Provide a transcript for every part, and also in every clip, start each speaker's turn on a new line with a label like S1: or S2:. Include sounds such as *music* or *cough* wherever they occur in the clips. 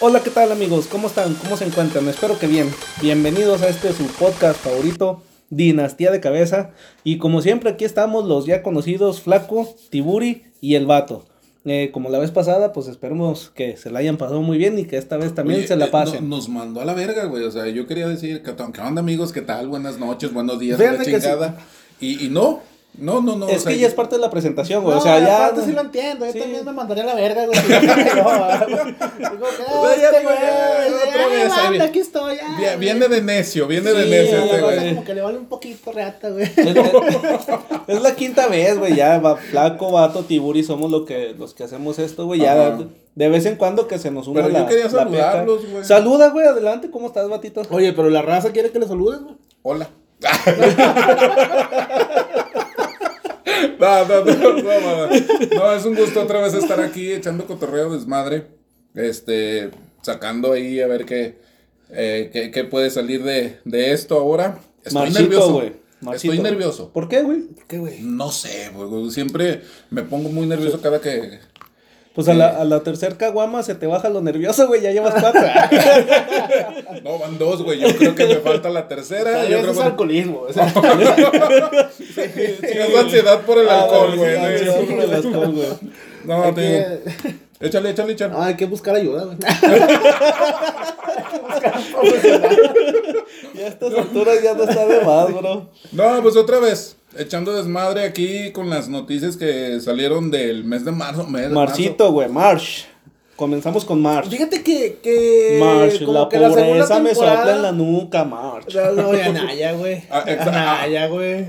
S1: Hola, ¿qué tal amigos? ¿Cómo están? ¿Cómo se encuentran? Espero que bien. Bienvenidos a este su podcast favorito, Dinastía de Cabeza. Y como siempre, aquí estamos los ya conocidos Flaco, Tiburi y el Vato. Eh, como la vez pasada, pues esperemos que se la hayan pasado muy bien y que esta vez también
S2: Oye,
S1: se la
S2: eh,
S1: pasen.
S2: no- nos mandó a la verga, güey. O sea, yo quería decir, ¿qué ton- qué onda, amigos? ¿Qué tal? Buenas noches, buenos días,
S1: Fíjate
S2: la
S1: que sí.
S2: chingada. Y, y no, no, no, no. o
S1: es
S2: sea,
S1: que ya es parte de la presentación, güey.
S3: No,
S1: o sea, ya.
S3: aparte sí lo entiendo, yo
S1: Sí.
S3: también me mandaría a la
S2: *laughs*
S3: verga, güey. si no, no, Digo, que,
S2: O sea, ya
S3: este
S2: te-
S3: güey,
S2: otra
S3: ay,
S2: vez,
S3: banda,
S2: ahí viene.
S3: aquí estoy. ay,
S2: vi- Viene de necio, viene de
S1: Sí,
S2: necio
S3: güey.
S2: este
S3: La
S2: güey.
S3: cosa Como que le vale un poquito reata, güey.
S1: Es, es la quinta vez, güey, ya va flaco, vato, tiburi, somos lo que, los que hacemos esto, güey, ya
S2: Ajá.
S1: de vez en cuando que se nos une
S2: Pero yo
S1: la
S2: quería
S1: la
S2: saludarlos,
S1: peta.
S2: güey.
S1: Saluda, güey, adelante, ¿cómo estás, batito?
S3: Oye,
S2: pues,
S3: pero la raza quiere que le saludes, güey.
S2: Hola. *laughs* no, no, no, no, no, no. No, es un gusto otra vez estar aquí echando cotorreo desmadre. Este, sacando ahí a ver qué, eh, qué, qué puede salir de, de esto ahora. Estoy nervioso.
S1: Marchito.
S2: Estoy nervioso.
S1: ¿Por qué, güey?
S3: ¿Qué, güey?
S2: No sé, güey. Siempre me pongo muy nervioso cada que.
S1: Pues a la, a la tercer caguama se te baja lo nervioso, güey, ya llevas cuatro.
S2: No, van dos, güey. Yo creo que me falta la tercera. Yo
S3: Eso es
S2: creo que.
S3: alcoholismo, o sea,
S2: *laughs* Sí, es ansiedad por *laughs* el alcohol, güey.
S1: Ah, sí, sí,
S2: güey.
S1: por el alcohol, güey.
S2: No,
S3: hay,
S2: te-
S3: que,
S2: Échale, échale, échale.
S3: no, hay que buscar
S1: *laughs*
S3: ayuda, güey. *laughs*
S1: Ya a estas alturas ya no está de más, bro.
S2: No, pues otra vez. Echando desmadre aquí con las noticias que salieron del mes de marzo. mes de marzo.
S1: Marchito, güey, March. Comenzamos con March.
S3: Fíjate que, que
S1: March,
S3: como
S1: la
S3: que la segunda
S1: pobreza me
S3: temporada-
S1: sopla en la nuca, March.
S3: No, no, y Anaya, güey.
S2: Ah, exa-
S3: Anaya, güey.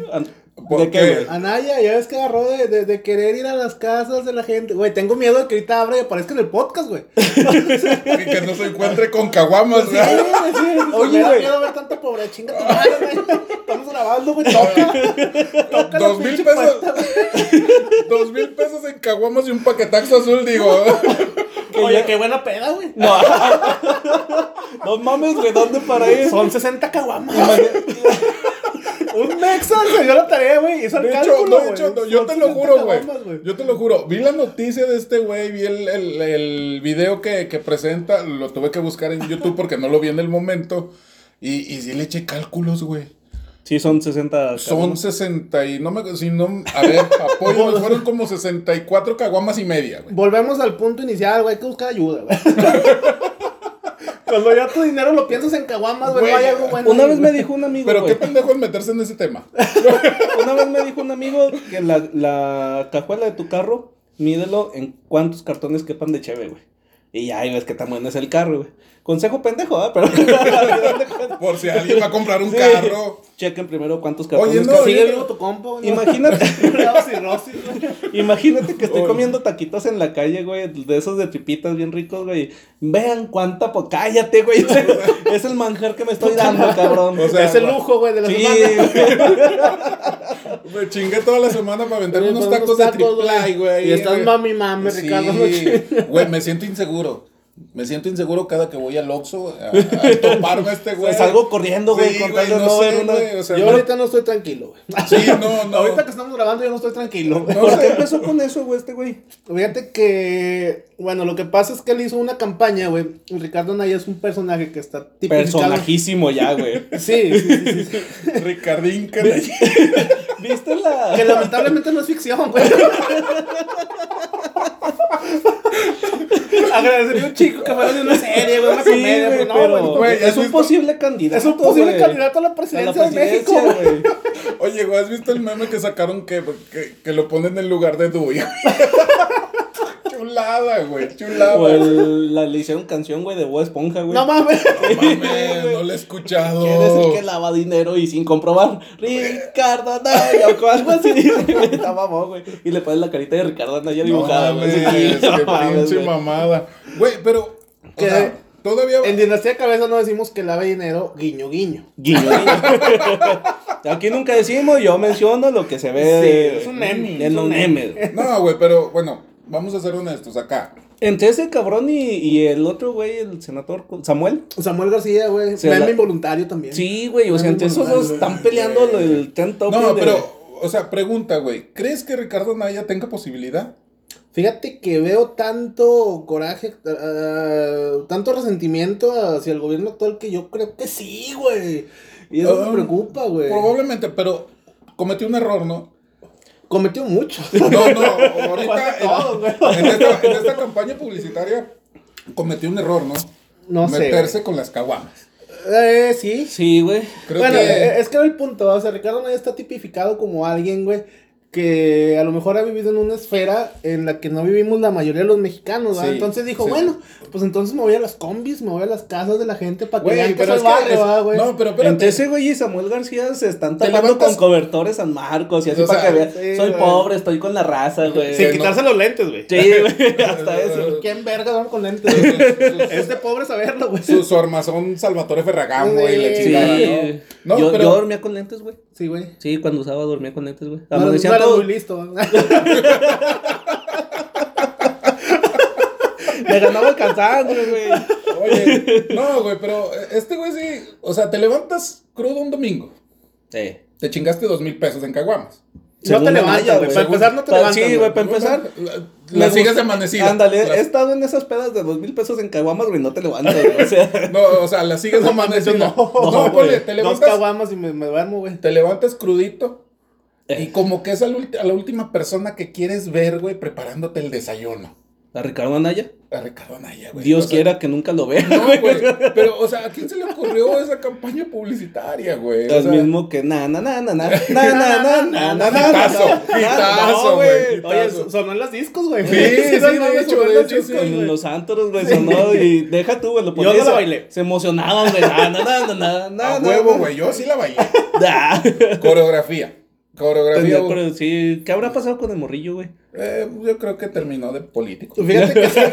S2: ¿Por
S1: ¿De
S2: qué?
S1: qué, güey?
S3: Anaya, ya ves que agarró de, de- de querer ir a las casas de la gente. Güey, tengo miedo de que ahorita abra y aparezca en el podcast, güey.
S2: Y que no se encuentre con caguamas,
S3: *laughs* Sí,
S2: güey.
S3: güey, sí.
S1: Oye,
S3: me da
S1: güey.
S3: miedo ver tanta pobre chinga tu madre, güey. Estamos grabando, güey. Toca. Toca la
S2: Dos mil
S3: pinche
S2: pesos.
S3: puerta, güey.
S2: Dos mil pesos en caguamas y un paquetazo azul, digo.
S3: Oye, qué buena peda, güey.
S1: No. *laughs* No mames, güey, ¿dónde para ir?
S3: Son 60 caguamas. Un Nexon se dio la tarea, güey. Hizo el
S2: De hecho,
S3: cálculo,
S2: no, de
S3: güey.
S2: hecho, no, yo
S3: Son
S2: te lo
S3: 60
S2: juro, güey.
S3: caguamas, güey.
S2: Yo te lo juro. Vi la noticia de este güey, vi el, el- el video que, que presenta, lo tuve que buscar en YouTube porque no lo vi en el momento. Y, y sí le eché cálculos, güey.
S1: Sí, son 60.
S2: Son 60 y no me... Si no, a
S3: *laughs*
S2: ver, apoyo, fueron como 64 caguamas y media, güey.
S3: Volvemos al punto inicial, güey. Hay que buscar ayuda,
S2: *laughs*
S3: güey. Cuando ya tu dinero lo piensas en caguamas, güey, no
S2: Güey,
S3: hay algo bueno.
S1: Una
S3: ahí,
S1: vez me
S3: güey.
S1: dijo un amigo,
S2: Pero qué
S1: güey.
S2: pendejo es meterse en ese tema.
S1: Una vez me dijo un amigo que la, la cajuela de tu carro, mídelo en cuántos cartones quepan de cheve, güey. Y ya ahí ves que tan bueno es el carro, güey. Consejo pendejo, ¿ah? Pero. *laughs*
S2: Por si alguien va a comprar un
S1: Sí.
S2: carro.
S1: Chequen primero cuántos cartones
S2: Oye, no,
S1: quepan.
S3: Sigue
S2: yo-
S3: vivo tu compa, güey. ¿no? *laughs*
S1: Imagínate.
S3: Rados y Rossi, güey.
S1: Imagínate que estoy
S2: Oye.
S1: comiendo taquitos en la calle, güey, de esos de tripitas bien ricos, güey. Vean cuánta po... cállate, güey. *laughs* Es el manjar que me estoy dando, cabrón.
S2: O sea,
S3: es el lujo, güey, de la
S1: Sí,
S3: semana.
S1: güey.
S2: Me chingué toda la semana para vender
S3: Oye,
S2: unos
S3: pues,
S2: tacos,
S3: unos
S2: de
S3: tacos,
S2: triplay,
S3: güey.
S2: güey.
S3: Y estás
S2: güey.
S3: mami, mami, Ricardo, no chingues.
S2: Güey, me siento inseguro. Me siento inseguro cada que voy al Oxxo a, a toparme
S1: *laughs*
S2: a este güey.
S1: Pues salgo corriendo, güey,
S2: Sí,
S1: con
S2: güey,
S1: tal de
S2: no
S1: no
S2: sé,
S1: ver una-
S2: güey, o sea,
S3: Yo
S2: no-
S3: ahorita no estoy tranquilo, güey.
S2: Sí,
S1: *laughs*
S2: no, no.
S3: Ahorita que estamos grabando yo no estoy tranquilo, güey.
S2: No
S1: ¿Por qué
S2: sé.
S1: empezó con eso, güey, este güey?
S3: Fíjate que, bueno, lo que pasa es que él hizo una campaña, güey. Y Ricardo Anaya es un personaje que está tipificado.
S1: Personajísimo ya,
S3: *laughs*
S1: güey.
S3: Sí, sí, sí, sí, sí.
S1: *laughs*
S2: Ricardín, que le-
S1: ¿Viste la...?
S3: Que lamentablemente no es ficción, güey. Agradecería a un chico que fuera de una serie, güey, una
S1: Sí,
S3: comedia,
S1: güey,
S3: güey. No,
S1: pero
S3: güey.
S2: güey,
S1: es
S2: ¿has
S1: un
S2: visto?
S1: posible candidato,
S3: Es un posible
S1: güey,
S3: candidato a la
S1: a la
S3: presidencia, de México,
S1: presidencia,
S3: güey.
S1: güey.
S2: Oye, güey, ¿has visto el meme que sacaron que, que, que lo ponen en lugar de Dewey? *laughs* chulada, güey, chulada.
S1: O el- la- le hicieron canción, güey, de Bob Esponja, güey. *laughs*
S3: No mames.
S2: No mames, no lo he escuchado.
S1: ¿Quién es el que lava dinero y sin comprobar? Ricardo Anaya, o algo así *laughs* dice, güey, está mamón, güey. Y le pones la carita de Ricardo Anaya dibujada,
S2: no
S1: güey.
S2: mames,
S1: así, no
S2: qué
S1: mames,
S2: pinche
S1: güey.
S2: mamada. Güey, pero, o
S3: Que-
S2: sea, todavía...
S3: En Dinastía de Cabeza no decimos que lave dinero, guiño, guiño.
S1: Guiño, guiño. Aquí nunca decimos, yo menciono lo que se ve
S3: Sí, es un meme, es
S1: en los
S3: un meme.
S1: memes.
S2: *laughs* No, güey, pero, bueno, vamos a ser honestos acá.
S1: Entre ese cabrón y, y el otro güey, el senador Samuel.
S3: Samuel García, güey.
S1: Se
S3: Meme
S1: la-
S3: involuntario también.
S1: Sí, güey, o sea, entre esos dos están peleando lo- el tren
S2: No,
S1: de-
S2: pero, o sea, pregunta, güey. ¿Crees que Ricardo Naya tenga posibilidad?
S3: Fíjate que veo tanto coraje, ah, tanto resentimiento hacia el gobierno actual que yo creo que sí, güey. Y eso
S2: Ah,
S3: me preocupa, güey.
S2: Probablemente, pero cometió un error,
S3: *laughs*
S2: ¿no?
S3: Cometió mucho. *laughs*
S2: No, no, ahorita
S3: Pasa todo, güey.
S2: en, en esta, en esta campaña publicitaria cometió un error, ¿no?
S3: No sé.
S2: Meterse con las caguamas.
S3: Eh, sí.
S1: Sí, güey.
S2: Creo
S3: bueno,
S2: que
S3: eh, es que era el punto, o sea, Ricardo Anaya está tipificado como alguien, güey, que a lo mejor ha vivido en una esfera en la que no vivimos la mayoría de los mexicanos, ¿verdad?
S2: Sí,
S3: Entonces dijo,
S2: sí.
S3: bueno, pues entonces me voy a las combis, me voy a las casas de la gente para que
S2: Güey,
S3: vean que
S2: pero
S3: soy
S2: es que
S3: barrio,
S2: es-
S3: ¿verdad, güey.
S2: No, pero espérate.
S1: Entre ese güey y Samuel García se están
S2: Te
S1: tapando
S2: levantas-
S1: con cobertores San Marcos y así
S2: O
S1: para
S2: sea,
S1: que vean.
S3: sí,
S1: Soy
S3: güey.
S1: pobre, estoy con la raza, güey.
S3: Sin
S1: Sí,
S2: que no-
S3: quitarse los lentes, güey.
S1: güey, *laughs*
S3: *laughs*
S1: hasta
S2: Eh,
S1: eso.
S3: ¿Quién verga duerme con lentes? es de pobre saberlo, güey.
S2: su, su armazón Salvatore Ferragamo y la
S3: Sí.
S2: chingada,
S1: Sí.
S2: ¿no? No,
S1: yo,
S2: pero
S1: yo dormía con lentes, güey.
S3: Sí, güey.
S1: Sí, cuando usaba dormía con lentes, güey.
S3: No, no
S1: Amanecía
S3: eres
S1: todo.
S3: muy
S2: *laughs*
S3: listo. ¿verdad?
S1: *laughs* Me ganaba el cansancio, güey.
S2: Oye, no, güey, pero este güey sí, o sea, te levantas crudo un domingo,
S1: Sí.
S2: te chingaste dos mil pesos en caguamas.
S3: no
S1: Según
S3: te
S1: Anaya,
S3: levantas,
S1: güey.
S3: güey. Para empezar, no te
S1: Pa-
S3: levantas.
S1: Sí, güey, para empezar.
S2: la,
S1: me
S2: la sigues
S1: gusta-
S2: amanecida.
S1: Ándale,
S2: La-
S1: he estado en esas pedas de dos mil pesos en Caguamas, güey, no te levantas, güey. O sea, *laughs*
S2: No, o sea, la sigues amanecida. No,
S3: No,
S2: no,
S3: güey.
S2: ponle, te
S3: Dos
S2: levantas,
S3: caguamas y me, me duermo, güey.
S2: te levantas crudito
S1: Eh.
S2: y como que es a la, ulti- a la última persona que quieres ver, güey, preparándote el desayuno.
S1: a Ricardo Anaya,
S2: A Ricardo Anaya, güey.
S1: Dios
S2: O sea,
S1: quiera que nunca lo vea.
S2: No, güey. Pero, o sea, ¿a quién se le ocurrió esa campaña publicitaria, güey? O
S1: Es
S2: sea,
S1: mismo que na na na na na na na na na na na
S2: Pitazo,
S1: na, na,
S2: pitazo,
S1: no,
S2: güey.
S3: Oye,
S2: Pitazo.
S3: sonó en las discos,
S2: *laughs*
S3: güey.
S2: Sí, sí,
S3: no
S2: de
S3: mames,
S2: hecho,
S3: sonó en
S2: de
S3: las
S2: hecho,
S3: discos,
S2: sí.
S3: güey.
S1: En los santos, güey, sonó y deja tú, güey, lo ponías.
S3: Yo
S1: y
S3: no
S1: se-
S3: la bailé.
S1: Se emocionaban, güey. Na na na na na na
S2: a
S1: na,
S2: huevo,
S1: na. Ah,
S2: güey. Yo sí la bailé.
S1: *laughs* Da.
S2: Coreografía. Coreografía.
S1: Tenía
S2: güey.
S1: cor- Sí, ¿qué habrá pasado con el morrillo, güey?
S2: Eh, yo creo que terminó de político.
S3: Fíjate
S1: *laughs*
S3: que sí, güey.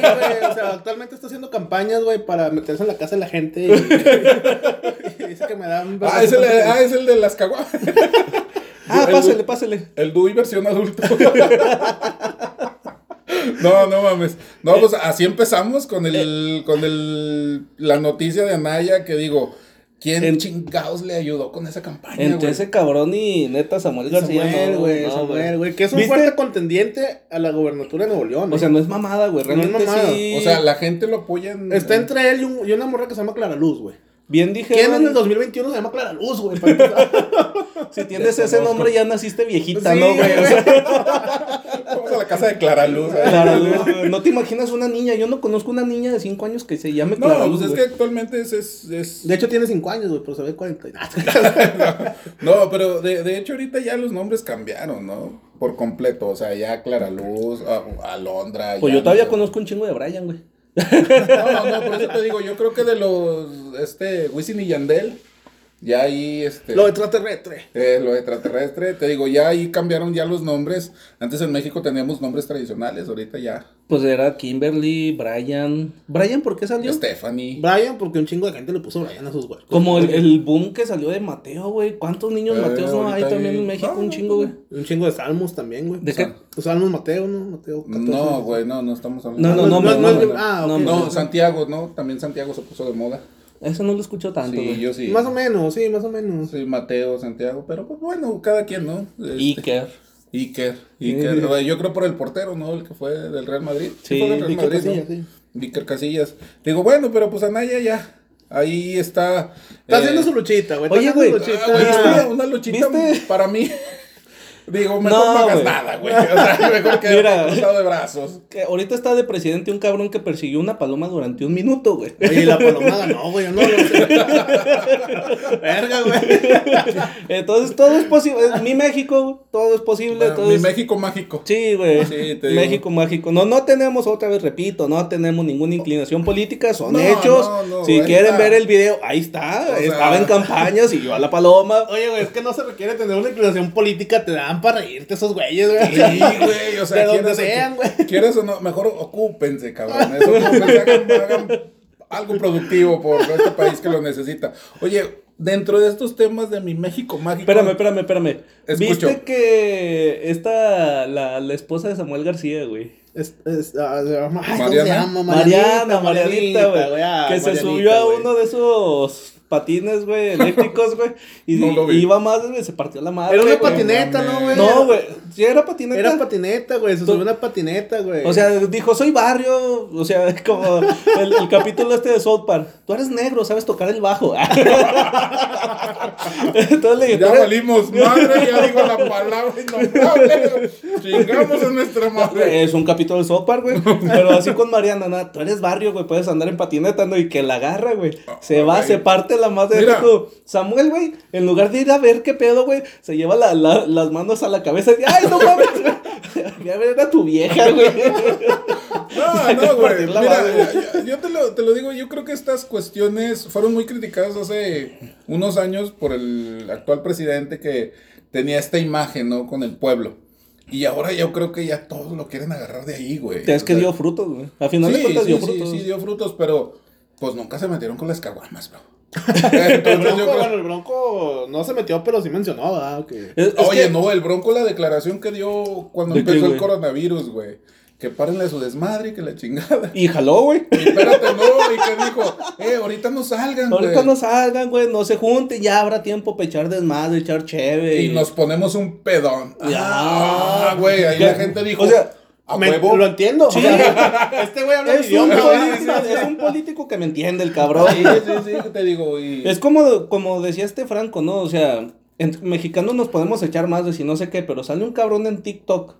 S3: O sea, actualmente está haciendo campañas, güey, para meterse en la casa de la gente. Y, *laughs* y dice que me dan.
S2: Ah, es el, ah, es el de las caguamas.
S1: Ah,
S2: El-
S1: pásale, pásale.
S2: *laughs* El Dewey versión adulto. *laughs* No, no mames.
S1: Eh,
S2: No, pues así empezamos con el, con el, la noticia de Anaya que digo, ¿quién
S1: En-
S2: chingados le ayudó con esa campaña,
S1: Entre
S2: güey?
S1: ese cabrón y neta Samuel García.
S3: Samuel,
S1: no,
S3: güey.
S1: no,
S3: Samuel, güey. Que es un
S1: ¿Viste?
S3: fuerte contendiente a la gobernatura de Nuevo León. ¿eh?
S1: O sea,
S3: güey.
S1: no es mamada, güey.
S3: No es
S1: Realmente
S3: mamada.
S1: sí.
S2: O sea, la gente lo apoya en...
S3: Está entre él y, un- y una morra que se llama Clara Luz, güey.
S1: bien dije.
S3: ¿Quién en
S1: güey,
S3: el 2021 se llama Clara Luz, güey? para empezar?
S1: *laughs* Si tienes ese
S2: Desconozco.
S1: nombre ya naciste viejita,
S3: Sí,
S1: ¿no, güey? O
S3: güey.
S1: sea,
S2: *laughs* Vamos a la casa de Clara
S1: *laughs*
S2: Luz. ¿eh?
S1: Clara Luz, güey. No te imaginas una niña. Yo no conozco una niña de 5 años que se llame
S2: No,
S1: Clara Luz,
S2: pues es que
S1: güey.
S2: actualmente es... es, es-
S3: De hecho, tiene 5 años, güey, pero se ve 40. y-
S2: No, pero de, de hecho ahorita ya los nombres cambiaron, ¿no? Por completo, o sea, ya Clara Luz, a- Alondra...
S1: Pues
S2: ya
S1: yo todavía
S2: no sé.
S1: conozco un chingo de Brian, güey.
S2: No, no, por eso te digo, yo creo que de los, este, Wisin y Yandel, ya ahí, este...
S3: *laughs* Lo extraterrestre.
S2: eh, lo extraterrestre, te digo, ya ahí cambiaron ya los nombres. Antes en México teníamos nombres tradicionales, ahorita ya.
S1: Pues era Kimberly, Brian. ¿Brian por qué salió?
S2: Este, Stephanie.
S3: Brian, porque un chingo de gente le puso Brian a sus güey.
S1: Como el, el boom que salió de Mateo, güey. ¿Cuántos niños
S2: Eh,
S1: Mateos no hay
S2: ahorita
S1: también
S2: hay-
S1: en México?
S2: No,
S1: un
S2: no,
S1: chingo, güey.
S3: Un chingo de salmos también, güey.
S1: ¿De qué?
S3: Pues Salmos Mateo, ¿no? Mateo 14.
S2: No, güey, no, no estamos hablando.
S1: No, no, no,
S2: no,
S1: no,
S2: no,
S1: no.
S3: Ah,
S1: No,
S3: ok.
S2: No, Santiago, ¿no? También Santiago se puso de moda.
S1: Eso no lo escucho tanto,
S2: Sí,
S1: güey.
S2: yo sí.
S3: Más o menos, sí, más o menos.
S2: Sí, Mateo, Santiago, pero pues bueno, cada quien, ¿no? Este,
S1: Iker.
S2: Iker. Iker.
S1: Sí.
S2: Oye, Yo creo por el portero, ¿no? El que fue del Real Madrid.
S1: Sí,
S2: fue del Real
S3: Iker
S2: Madrid, ¿no?
S3: Casillas, sí.
S2: Iker Casillas. Digo, bueno, pero pues Anaya ya. Ahí está.
S3: Está
S2: eh,
S3: haciendo su luchita, güey.
S1: Oye,
S3: Está
S1: güey,
S3: haciendo
S2: ah, güey, es
S3: luchita.
S2: una- una luchita
S1: ¿Viste?
S2: para mí. *laughs* Digo, mejor no,
S1: No,
S2: hagas
S1: güey.
S2: nada, güey. O sea, mejor que
S1: Mira.
S2: cruzado de brazos.
S1: Que ahorita está de presidente un cabrón que persiguió una paloma durante un minuto, güey. *laughs*
S3: Oye, la paloma ganó, güey. yo No, lo sé. Verga,
S2: *laughs*
S3: güey.
S1: Entonces todo es posible. Es Mi México, todo es posible.
S2: Bueno,
S1: todo
S2: mi
S1: es-
S2: México mágico.
S1: Sí, güey.
S2: Sí, te digo.
S1: México mágico. No, no tenemos, otra vez repito, no tenemos ninguna inclinación política, son
S2: No,
S1: hechos.
S2: no, no,
S1: si
S2: ahí
S1: quieren
S2: está.
S1: ver el video, ahí está.
S2: O sea-
S1: Estaba en campaña, siguió a la paloma.
S3: *laughs* Oye, güey, es que no se requiere tener una inclinación política. Te dan para reírte esos güeyes, güey.
S2: Sí, güey, o sea,
S3: De donde
S2: quieras o-
S3: sean, güey.
S2: Quieres o no, mejor ocúpense, cabrón. Eso, ocúpense,
S3: *laughs*
S2: hagan, hagan algo productivo por este país que lo necesita. Oye, dentro de estos temas de mi México mágico.
S1: Espérame, espérame, espérame.
S2: Escucho.
S1: ¿Viste que esta, la, la esposa de Samuel García, güey?
S3: Es, es, ah, se llama- ay, ¿cómo se
S2: Mariana.
S3: llama?
S1: Mariana,
S3: Marianita,
S1: Marianita, güey.
S3: Ah,
S1: Que se
S3: Marianita,
S1: subió a
S3: güey.
S1: uno de esos patines,
S2: *laughs*
S1: güey, eléctricos, güey. Y,
S2: No lo vi.
S1: y iba más, güey, se partió la madre.
S3: Era una
S1: güey.
S3: patineta,
S2: mames.
S3: ¿no, güey?
S1: No, güey, sí era patineta.
S3: Era patineta, güey. Se subió una patineta, güey.
S1: O sea, dijo, soy barrio, o sea, *laughs* como el, el capítulo este de South Park, tú eres negro, sabes tocar el bajo. *laughs* Entonces le dije,
S2: Ya
S1: "Tú eres-
S2: valimos madre, ya digo la palabra innombrable. Chingamos a nuestra madre.
S1: Es un capítulo de South Park, güey. Pero así con Mariana, nada, tú eres barrio, güey, puedes andar en patineta, ¿no? Y que la agarra, güey. Se va,
S2: Ay.
S1: se parte la madre.
S2: Mira.
S1: Dijo, Samuel, güey, en lugar de ir a ver qué pedo, güey, se lleva la- la- las manos a la cabeza y, ay, no mames, *laughs* güey. Ya ver a tu vieja, güey. *laughs*
S2: No, no, güey.
S1: Partir la madre,
S2: Mira,
S1: güey.
S2: ya- ya- yo te lo, te lo digo, yo creo que estas cuestiones fueron muy criticadas hace unos años por el actual presidente que tenía esta imagen, ¿no? Con el pueblo. Y ahora yo creo que ya todos lo quieren agarrar de ahí, güey.
S1: Es que
S2: O sea,
S1: dio frutos, güey. Al final
S2: sí,
S1: de cuentas
S2: sí,
S1: dio
S2: sí,
S1: frutos.
S2: sí, dio frutos, pero pues nunca se metieron con las
S1: *laughs*
S2: caguamas, bro. Entonces,
S3: el
S2: yo
S3: bronco,
S2: creo-
S3: bueno, el bronco no se metió, pero sí mencionó, ¿verdad? Que-
S1: Es- es
S2: Oye,
S1: que-
S2: no, el Bronco la declaración que dio cuando
S1: ¿De qué,
S2: empezó el
S1: güey?
S2: coronavirus, güey. Que párenle su desmadre, que la chingada.
S1: Y jaló,
S2: *laughs*
S1: güey.
S2: Y espérate, no, y que dijo, eh, ahorita no salgan, güey.
S1: Ahorita no salgan, güey, no se junten, ya habrá tiempo para echar desmadre, echar chévere.
S2: Y nos ponemos un pedón.
S1: Ya.
S2: Ah, güey, ahí
S1: Ya.
S2: la gente dijo,
S1: O sea,
S2: a
S3: Me-
S2: huevo.
S3: Lo entiendo.
S1: Sí.
S3: o sea, este güey habla
S1: *laughs*
S3: mi
S1: Es un,
S3: idioma. ¿verdad?
S1: político, *laughs* es un político que me entiende el cabrón.
S2: Sí, sí, sí, te digo, y...
S1: Es como, como decía este Franco, ¿no? O sea, entre mexicanos nos podemos echar más de si no sé qué, pero sale un cabrón en TikTok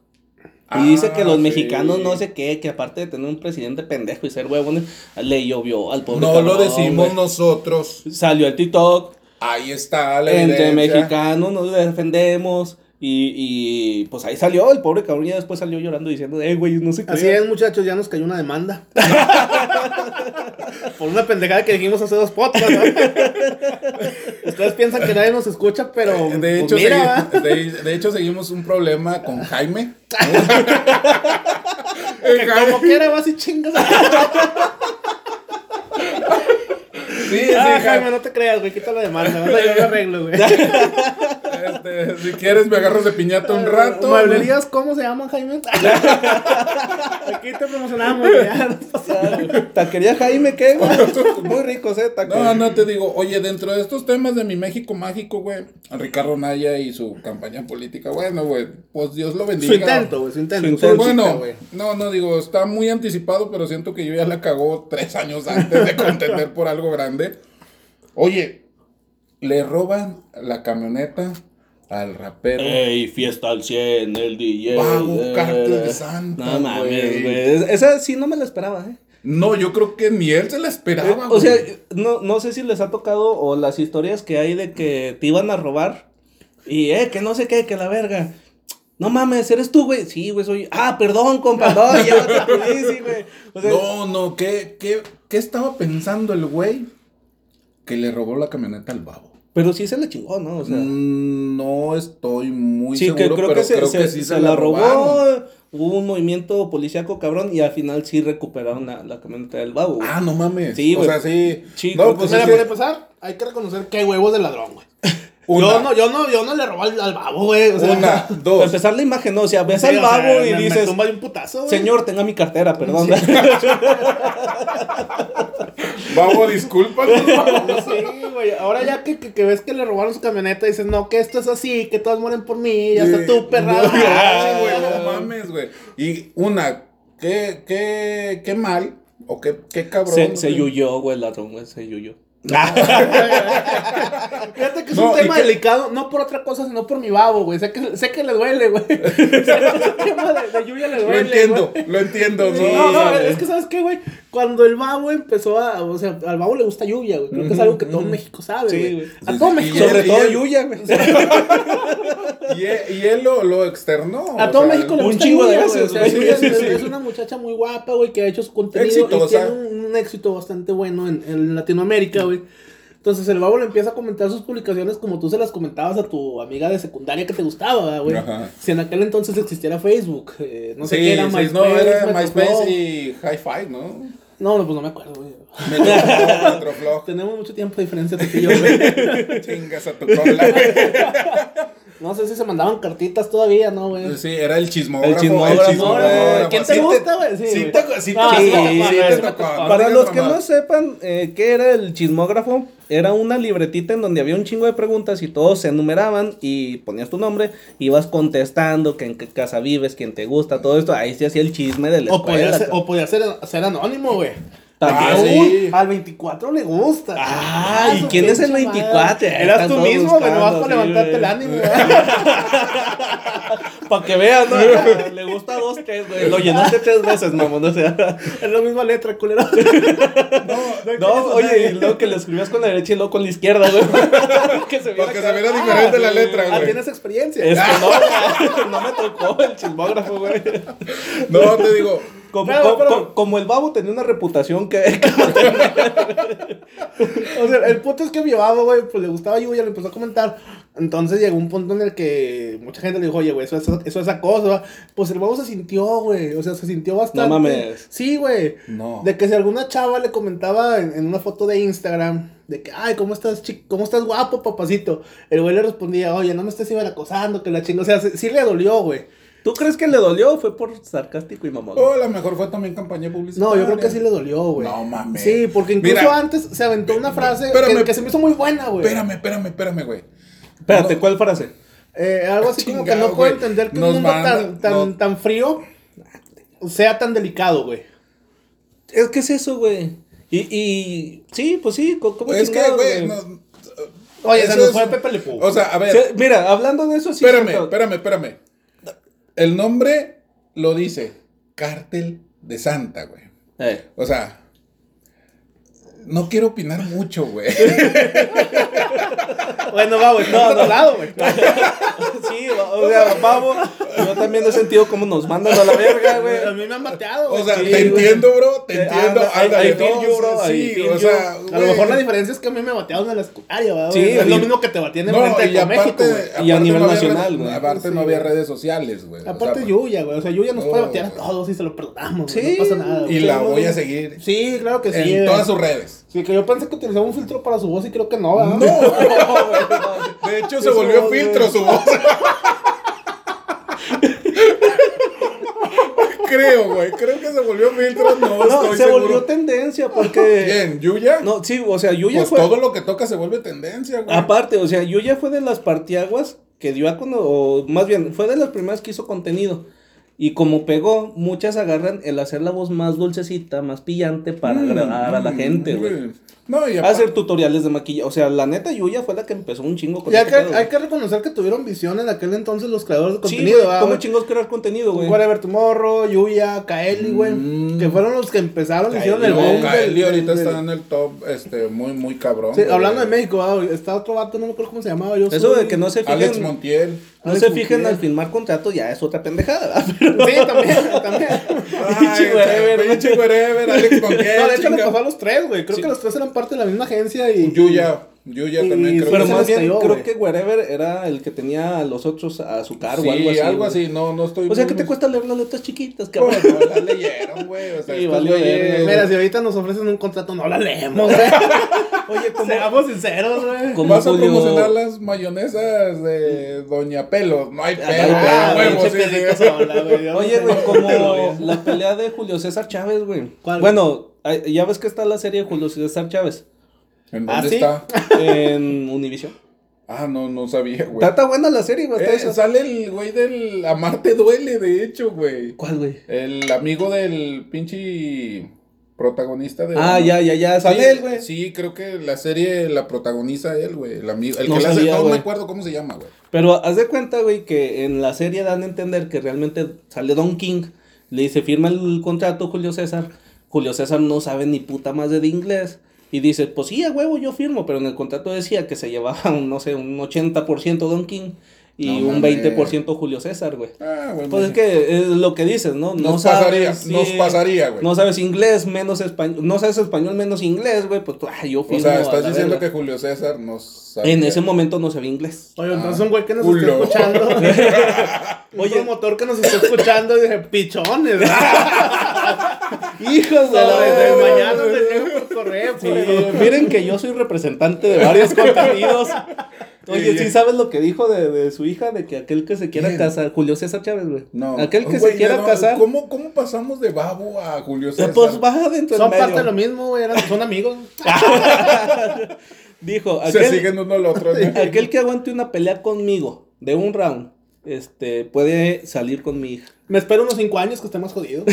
S2: Ah,
S1: y dice que los
S2: sí.
S1: mexicanos no sé qué, que aparte de tener un presidente pendejo y ser huevones, le llovió al pobre.
S2: No lo
S1: cabrón,
S2: decimos
S1: güey.
S2: nosotros.
S1: Salió el TikTok,
S2: Ahí está la
S1: entre
S2: evidencia.
S1: mexicanos nos defendemos. Y, y, pues ahí salió el pobre cabrón, ya después salió llorando diciendo, eh, güey, no sé qué.
S3: *laughs* Así es, muchachos, ya nos cayó
S2: *laughs*
S3: una demanda. Por una pendejada que dijimos hace dos
S2: *laughs*
S3: podcasts. ¿no? Ustedes piensan que nadie nos escucha, pero.
S2: De
S3: pues
S2: hecho,
S3: mira,
S2: segui-
S3: ¿va?
S2: de, de hecho, seguimos un problema
S1: *laughs*
S2: con Jaime. Eh,
S3: Que como quiera vas y
S2: *laughs*
S3: chingas.
S2: Sí, sí,
S3: Ah,
S2: Jaime.
S3: Jaime, no te creas, güey, quita la demanda. vas a llegar al arreglo, güey.
S2: Este, si quieres me agarras de piñata un rato.
S3: ¿Mueblerías cómo se llaman,
S2: *laughs*
S3: Jaime? Aquí te promocionamos, güey. ya, no pasa
S1: Taquería Jaime, ¿qué?
S2: *laughs*
S1: güey? Muy ricos, eh, taquería.
S2: No, no te digo, oye, dentro de estos temas de mi México mágico, güey, Ricardo Naya y su campaña política, bueno, güey, pues Dios lo
S3: Su
S2: bendiga. Pues,
S3: intento, güey, su
S1: Su
S3: intento.
S1: intento.
S3: Su
S2: Bueno,
S3: güey.
S2: no, no digo, está muy anticipado, pero siento que yo ya la cagó tres años antes de contender por algo grande. Oye, le roban la camioneta al rapero.
S1: Ey, fiesta al 100, el DJ.
S2: Vago,
S1: eh,
S2: Cártel
S1: eh.
S2: Santa,
S1: No mames,
S2: güey.
S1: güey. Es- Esa sí no me la esperaba, eh.
S2: No, yo creo que ni él se la esperaba.
S1: O
S2: güey.
S1: sea, no, no sé si les ha tocado o las historias que hay de que te iban a robar y, eh, que no sé qué, que la verga. No mames, ¿eres tú, güey? Sí, güey, soy. Ah, perdón, compa,
S2: *laughs*
S1: no, llévate a tu bici, güey. O sea,
S2: no, no, ¿qué, qué, ¿qué estaba pensando el güey que le robó la camioneta al babo?
S1: pero sí se la chingó, ¿no? O sea,
S2: Mm, no estoy muy
S1: sí,
S2: seguro,
S1: que creo
S2: pero
S1: que se,
S2: creo
S1: se-
S2: que sí se,
S1: se la robó.
S2: robaron.
S1: Hubo un movimiento policíaco cabrón y al final sí recuperaron la, la camioneta del babo. güey.
S2: Ah, no mames.
S1: Sí,
S2: o
S1: güey.
S2: sea, sí.
S1: Sí, creo
S2: no,
S1: que
S2: pues
S1: sí.
S2: es
S3: Mira,
S2: que-
S3: para empezar, hay que reconocer que hay huevos de ladrón, güey.
S2: Una.
S3: Yo no, yo no, yo no le robé al, al babo, güey. O sea,
S1: *laughs*
S2: Una,
S1: Para
S2: dos.
S1: empezar la imagen, ¿no? O sea, ves
S3: sí,
S1: al
S3: o sea,
S1: babo y
S3: me- me
S1: dices,
S3: tumba de un putazo, güey. *laughs*
S1: señor, tenga mi cartera, perdón. *laughs*
S2: Babo, disculpa.
S3: Sí, güey. Ahora ya que, que, que ves que le robaron su camioneta, dices, no, que esto es así, que todos mueren por mí, ya está tú, perra. *laughs*
S2: No,
S3: güey.
S2: *laughs* ay, güey, no mames, güey. Y una, qué, qué, qué mal, o qué, qué cabrón.
S1: se, se
S2: güey. Ah,
S1: yuyó, güey, el ladrón, güey, se yuyó.
S3: Fíjate que es
S2: No,
S3: un
S2: y
S3: tema
S2: que-
S3: delicado, no por otra cosa, sino por mi babo, güey. Sé que, sé que le duele, güey. *laughs* sé que el tema de, de Yuya le
S2: Lo
S3: duele. güey.
S2: entiendo, lo entiendo.
S3: Sí,
S2: ¿no?
S3: no, no,
S1: güey.
S3: es que sabes qué, güey, cuando el babo empezó a, o sea, al babo le gusta lluvia, güey, creo que es algo que todo México sabe,
S1: Sí,
S3: güey.
S1: güey.
S3: A
S2: Sí,
S3: todo
S2: sí,
S3: México,
S2: y
S1: Sobre
S2: él-
S1: todo
S2: y él-
S1: Yuya,
S2: *laughs*
S1: güey.
S2: Y él, y él lo, lo externó.
S3: a
S2: o
S3: todo
S2: sea,
S3: México le
S1: un
S3: gusta
S1: chingo de
S3: lluvia,
S1: veces,
S3: güey, o sea,
S2: güey.
S3: ella
S2: Sí,
S3: es,
S2: sí, sí.
S3: es una muchacha muy guapa, güey, que ha hecho su contenido
S2: Exitosa.
S3: y tiene un, un éxito bastante bueno en, en Latinoamérica, güey. Entonces el babo le empieza a comentar sus publicaciones como tú se las comentabas a tu amiga de secundaria que te gustaba, güey.
S2: Ajá.
S3: Si en aquel entonces existiera Facebook, eh, no sé
S2: sí,
S3: qué era
S2: sí,
S3: MySpace.
S2: no, era MySpace
S3: Metroflog.
S2: y Hi-Fi, ¿no?
S3: No, no, pues no me acuerdo, güey. *laughs*
S2: Metroflog, Metroflog.
S3: Tenemos mucho tiempo de diferencia tú y yo, güey.
S2: *laughs* Chingas a tu cola.
S3: No sé si se mandaban cartitas todavía, ¿no, güey?
S2: Sí, era el chismógrafo.
S1: El chismógrafo,
S3: güey. ¿Quién te gusta, güey? Sí,
S2: Sí,
S3: güey.
S2: te, sí, te-
S3: Ah,
S2: sí,
S1: sí,
S2: sí,
S1: sí,
S2: te
S1: sí.
S2: tocó.
S1: Para
S2: digas
S1: los que
S2: mamá.
S1: no sepan eh, qué era el chismógrafo, era una libretita en donde había un chingo de preguntas y todos se enumeraban y ponías tu nombre, ibas contestando que en qué casa vives, quién te gusta, todo esto. Ahí se hacía el chisme de la
S3: O podía
S1: escuela.
S3: ser,
S1: ca-
S3: o podía ser, ser anónimo, güey.
S1: También.
S3: Ah,
S2: sí.
S3: uy, Al 24 le gusta.
S1: Ah, ¿y
S3: su
S1: quién es el
S3: pinche madre.
S1: 24?
S3: Eras
S1: Están
S3: tú
S1: todos
S3: mismo, güey, nomás
S1: buscando,
S3: para
S1: sí,
S3: levantarte
S1: güey.
S3: el ánimo, güey.
S1: Para que vean, ¿no? Le gusta dos, tres, güey. Lo llenaste tres veces, mamón. O sea,
S3: Es la misma letra,
S1: *laughs*
S3: culero.
S1: no, oye, y luego que lo escribías con la derecha y luego con la izquierda, güey. *laughs* que se viera
S2: Porque
S1: acá.
S2: se viera diferente la letra,
S3: Ah,
S2: güey.
S3: tienes experiencia.
S1: Es que no, *laughs* no me tocó el chismógrafo, güey.
S2: No, te digo,
S1: Como,
S3: Pero,
S1: como-
S3: pero-
S1: como- como el babo tenía una reputación que. *laughs*
S3: O sea, el punto es que mi babo, güey, pues le gustaba y güey, ya le empezó a comentar. Entonces llegó un punto en el que mucha gente le dijo, oye, güey, eso, es- eso es acoso. ¿va? Pues el babo se sintió, güey. O sea, se sintió bastante.
S1: No mames.
S3: Sí, güey.
S2: No.
S3: De que si alguna chava le comentaba en, en una foto de Instagram, de que, ay, ¿cómo estás, chico? ¿Cómo estás guapo, papacito? El güey le respondía, oye, no me estés iban acosando, que la chingo. O sea, se- sí le dolió, güey.
S1: ¿Tú crees que le dolió o fue por sarcástico y mamón?
S2: oh, a lo mejor fue también campaña publicitaria.
S3: No, yo creo que sí le dolió, güey.
S2: No mames.
S3: Sí, porque incluso
S2: Mira.
S3: antes se aventó una frase
S2: Espérame.
S3: que, que se me hizo muy buena, güey.
S2: Espérame, espérame, espérame, güey.
S1: Espérate,
S2: No.
S1: ¿cuál frase?
S3: Eh, algo así como que
S2: Ah, Chingado,
S3: no puedo
S2: güey.
S3: entender que
S2: Nos
S3: un mundo
S2: manda-
S3: tan, tan,
S2: no-
S3: tan frío sea tan delicado, güey.
S1: Es que es eso, güey. Y, y sí, pues sí, co- ¿cómo
S2: Es que,
S1: chingados,
S2: güey.
S1: güey?
S2: no-
S3: Oye, se
S2: eso
S3: nos
S2: es-
S3: fue Pepe Le Pew.
S2: O sea, a ver.
S1: Sí, mira, hablando de eso, sí.
S2: espérame,
S1: siento-
S2: espérame, espérame. El nombre lo dice Cártel de Santa, güey.
S1: Eh. *laughs*
S2: O sea, no quiero opinar mucho, güey.
S3: Bueno, va, güey,
S2: *laughs*
S3: no, no, lado, güey.
S1: Sí, o sea, vamos. Yo también he sentido cómo nos mandan a la verga, güey. *laughs*
S3: A mí me han bateado, güey.
S2: O sea,
S1: Sí,
S2: te
S1: güey.
S2: entiendo, bro, te
S1: Eh,
S2: entiendo.
S1: anda, I-
S2: ándale,
S1: I feel
S2: no,
S1: you, bro, I
S2: sí,
S1: feel
S2: o
S1: you.
S2: sea,
S3: a lo
S2: güey.
S3: mejor la diferencia es que a mí me batearon en la secundaria, ¿verdad?
S1: Sí,
S3: güey? es lo
S1: y-
S3: mismo que te batían en
S2: No,
S3: frente de
S2: y
S3: todo México,
S2: aparte,
S3: güey.
S1: Y a
S2: aparte
S1: nivel
S2: no había
S1: nacional,
S2: redes-
S1: güey.
S2: Aparte
S3: Sí,
S2: no había
S3: güey.
S2: redes sociales, güey. O sea,
S3: Aparte
S2: pues,
S3: Yuya, güey. O sea, Yuya nos
S2: No,
S3: puede batear a
S2: güey.
S3: todos y se lo perdonamos,
S1: Sí,
S3: güey. No pasa nada,
S2: Y
S3: güey.
S2: la voy a seguir
S3: Sí, claro que sí.
S2: en
S3: güey.
S2: todas sus redes.
S3: Sí, que yo pensé que utilizaba un filtro para su voz y creo que no, ¿verdad?
S1: No, güey, no, sí.
S2: De hecho, se
S1: Eso,
S2: volvió
S1: güey.
S2: filtro su voz. *laughs* creo, güey. Creo que se volvió filtro. No,
S1: No,
S2: estoy
S1: se
S2: seguro.
S1: volvió tendencia porque.
S2: ¿Quién? ¿Yuya?
S1: No, sí, o sea, Yuya
S2: pues
S1: fue.
S2: todo lo que toca se vuelve tendencia, güey.
S1: Aparte, o sea, Yuya fue de las partiaguas que dio a conocer, o más bien, fue de las primeras que hizo contenido. Y como pegó, muchas agarran el hacer la voz más dulcecita, más pillante para agradar a la
S2: Mm,
S1: gente, güey.
S2: No, y aparte-
S1: Hacer tutoriales de maquillaje. O sea, la neta, Yuya fue la que empezó un chingo con
S3: Y hay
S1: este
S3: que,
S1: pedo, güey.
S3: hay que reconocer que tuvieron visión en aquel entonces los creadores de
S1: Sí,
S3: contenido,
S1: güey,
S3: ¿verdad,
S1: ¿Cómo
S3: güey?
S1: chingos crear contenido, güey?
S3: Whatever Tomorrow, Yuya, Kaeli, güey.
S2: Mm.
S3: Que fueron los que empezaron, hicieron el
S2: No,
S3: boom.
S2: Kaeli
S3: del-
S2: ahorita
S3: del-
S2: está en el top, este, muy, muy cabrón.
S3: Sí,
S2: güey.
S3: hablando de México, ah, güey, está otro vato, no me acuerdo cómo se llamaba. Yo
S1: Eso de
S3: soy-
S1: que
S3: *laughs*
S1: no se fijen.
S2: Alex Montiel.
S1: no
S3: Alex
S1: se fijen
S3: Montiel.
S1: al firmar contrato ya es otra pendejada, *laughs* ¿verdad? Pero-
S3: Sí, también,
S1: *laughs*
S3: también.
S1: *laughs* Eh, Pinche wherever, güey.
S2: pinche wherever, Alex Montiel.
S3: No, de hecho le
S2: chinga.
S3: pasó a los tres, güey. Creo
S1: Sí.
S3: que los tres eran parte de la misma agencia y.
S2: Yuya, Yuya
S3: Y-
S2: también creo
S1: Pero
S3: se
S2: que
S1: más
S3: les
S1: bien,
S3: cayó,
S1: creo
S3: güey.
S1: que Wherever era el que tenía a los otros a su cargo.
S2: sí,
S1: algo así. güey.
S2: no, no estoy.
S1: O sea,
S2: muy-
S1: ¿qué te cuesta leer las letras *laughs* chiquitas, cabrón?
S2: Bueno, la leyeron, güey. O sea,
S1: Sí,
S2: estos
S1: valió
S2: güeyes-
S1: verga,
S3: pues, Mira, si ahorita nos ofrecen un contrato, no la leemos,
S1: *laughs*
S3: güey.
S1: Oye, como,
S3: Seamos sinceros, güey.
S1: como
S2: Vas a promocionar
S1: Julio,
S2: las mayonesas de Doña Pelo. No hay pelo,
S1: Ah,
S2: a huevo,
S3: pinche
S2: sí,
S3: perrito
S2: sí.
S3: sola, güey. Yo no
S1: Oye,
S3: sé.
S1: *laughs* güey, como la pelea de Julio César Chávez, güey.
S3: ¿Cuál?
S1: Bueno, ay, ya ves que está la serie de Julio César Chávez
S2: ¿En
S3: ¿Ah,
S2: dónde
S3: sí?
S2: está?
S1: en Univision.
S2: Ah, no, no sabía, güey.
S1: Está está buena la serie, güey. está
S2: Eh,
S1: esa.
S2: sale el güey del Amarte Duele, de hecho, güey.
S1: ¿Cuál, güey?
S2: El amigo del pinche protagonista de.
S1: Ah, ya, ya, ya. Sale
S2: Sí,
S1: él, güey.
S2: Sí, creo que la serie la protagoniza él, güey. El amigo. El
S1: No
S2: que le hace.
S1: sabía,
S2: No me
S1: güey.
S2: acuerdo cómo se llama, güey.
S1: Pero haz de cuenta, güey, que en la serie dan a entender que realmente sale Don King, le dice, firma el contrato Julio César. Julio César no sabe ni puta más de inglés. Y dice, pues sí, a huevo, yo firmo. Pero en el contrato decía que se llevaba, un, no sé, un 80% Don King y
S2: No
S1: un
S2: mames.
S1: 20% Julio César, güey.
S2: Ah, güey.
S1: Pues es que es lo que dices, ¿no? No
S2: Nos pasaría,
S1: sí,
S2: nos pasaría, güey.
S1: No sabes inglés menos español, no sabes español menos inglés, güey, pues tú, ah, yo firmo.
S2: O sea,
S1: a
S2: estás
S1: la
S2: diciendo
S1: verga.
S2: que Julio César no sabe.
S1: En ese momento no sabía
S2: *laughs*
S1: inglés.
S3: Oye, entonces un güey que nos
S2: culo.
S3: está escuchando. un
S1: Oye.
S3: promotor que nos está escuchando dije, pichones.
S1: Hijos
S3: Desde
S2: no,
S3: mañana
S2: no, no.
S3: se llega por correo.
S1: Sí,
S3: pero-
S1: miren que yo soy representante de varios contenidos. Oye, ¿sí sabes lo que dijo de, de su hija? De que aquel que se quiera
S2: ¿Quién?
S1: casar, Julio César Chávez, güey.
S2: No.
S1: Aquel que
S2: Güey,
S1: se quiera
S2: no,
S1: casar,
S2: ¿cómo, ¿Cómo pasamos de babo a Julio César?
S1: pues baja dentro del
S3: Son parte de
S1: medio.
S3: lo mismo, güey. eran- Son amigos.
S1: *laughs* Dijo,
S2: Se
S1: aquel,
S2: siguen uno
S1: *laughs*
S2: al otro. ¿no?
S1: aquel que aguante una pelea conmigo de un round, este, puede salir con mi hija.
S3: Me espero unos 5 años que esté más jodido.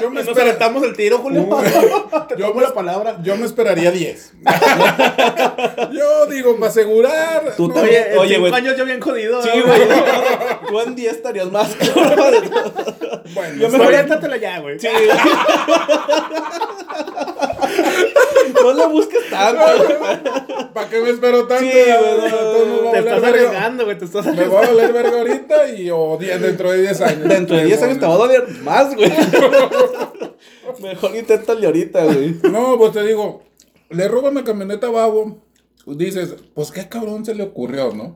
S2: Yo me
S3: Nos
S2: espero-
S3: aventamos el tiro, Julio. *laughs* Te
S2: Yo
S3: tomo
S2: me-
S3: la palabra.
S2: Yo me esperaría 10. *laughs* Yo digo, para asegurar.
S1: Tú
S2: no,
S1: también. Oye,
S3: Oye, en 5
S1: güey.
S3: años yo bien jodido.
S1: Sí,
S3: ¿verdad?
S1: *laughs* güey. Tú en 10 estarías más, cabrón.
S2: *laughs* Bueno,
S1: Yo
S2: está
S3: Mejor
S2: bien.
S3: éntatela ya, güey.
S1: Sí. *laughs* No le busques tanto.
S2: ¿Para qué me espero tanto?
S1: Sí,
S2: Ya, ya,
S1: güey,
S2: ya,
S1: no,
S2: todo me va a
S3: Te
S2: valer
S3: estás
S2: verga.
S3: arriesgando, güey. Te estás
S2: Me
S3: arriesgando.
S2: voy a valer verga ahorita y o die- dentro de 10 años.
S1: Dentro de 10 años te va a
S2: Bueno.
S1: doler más, *laughs* güey. Mejor inténtale ahorita, güey.
S2: No, pues te digo, le roban la camioneta a Babo. Dices, pues qué cabrón se le ocurrió, ¿no?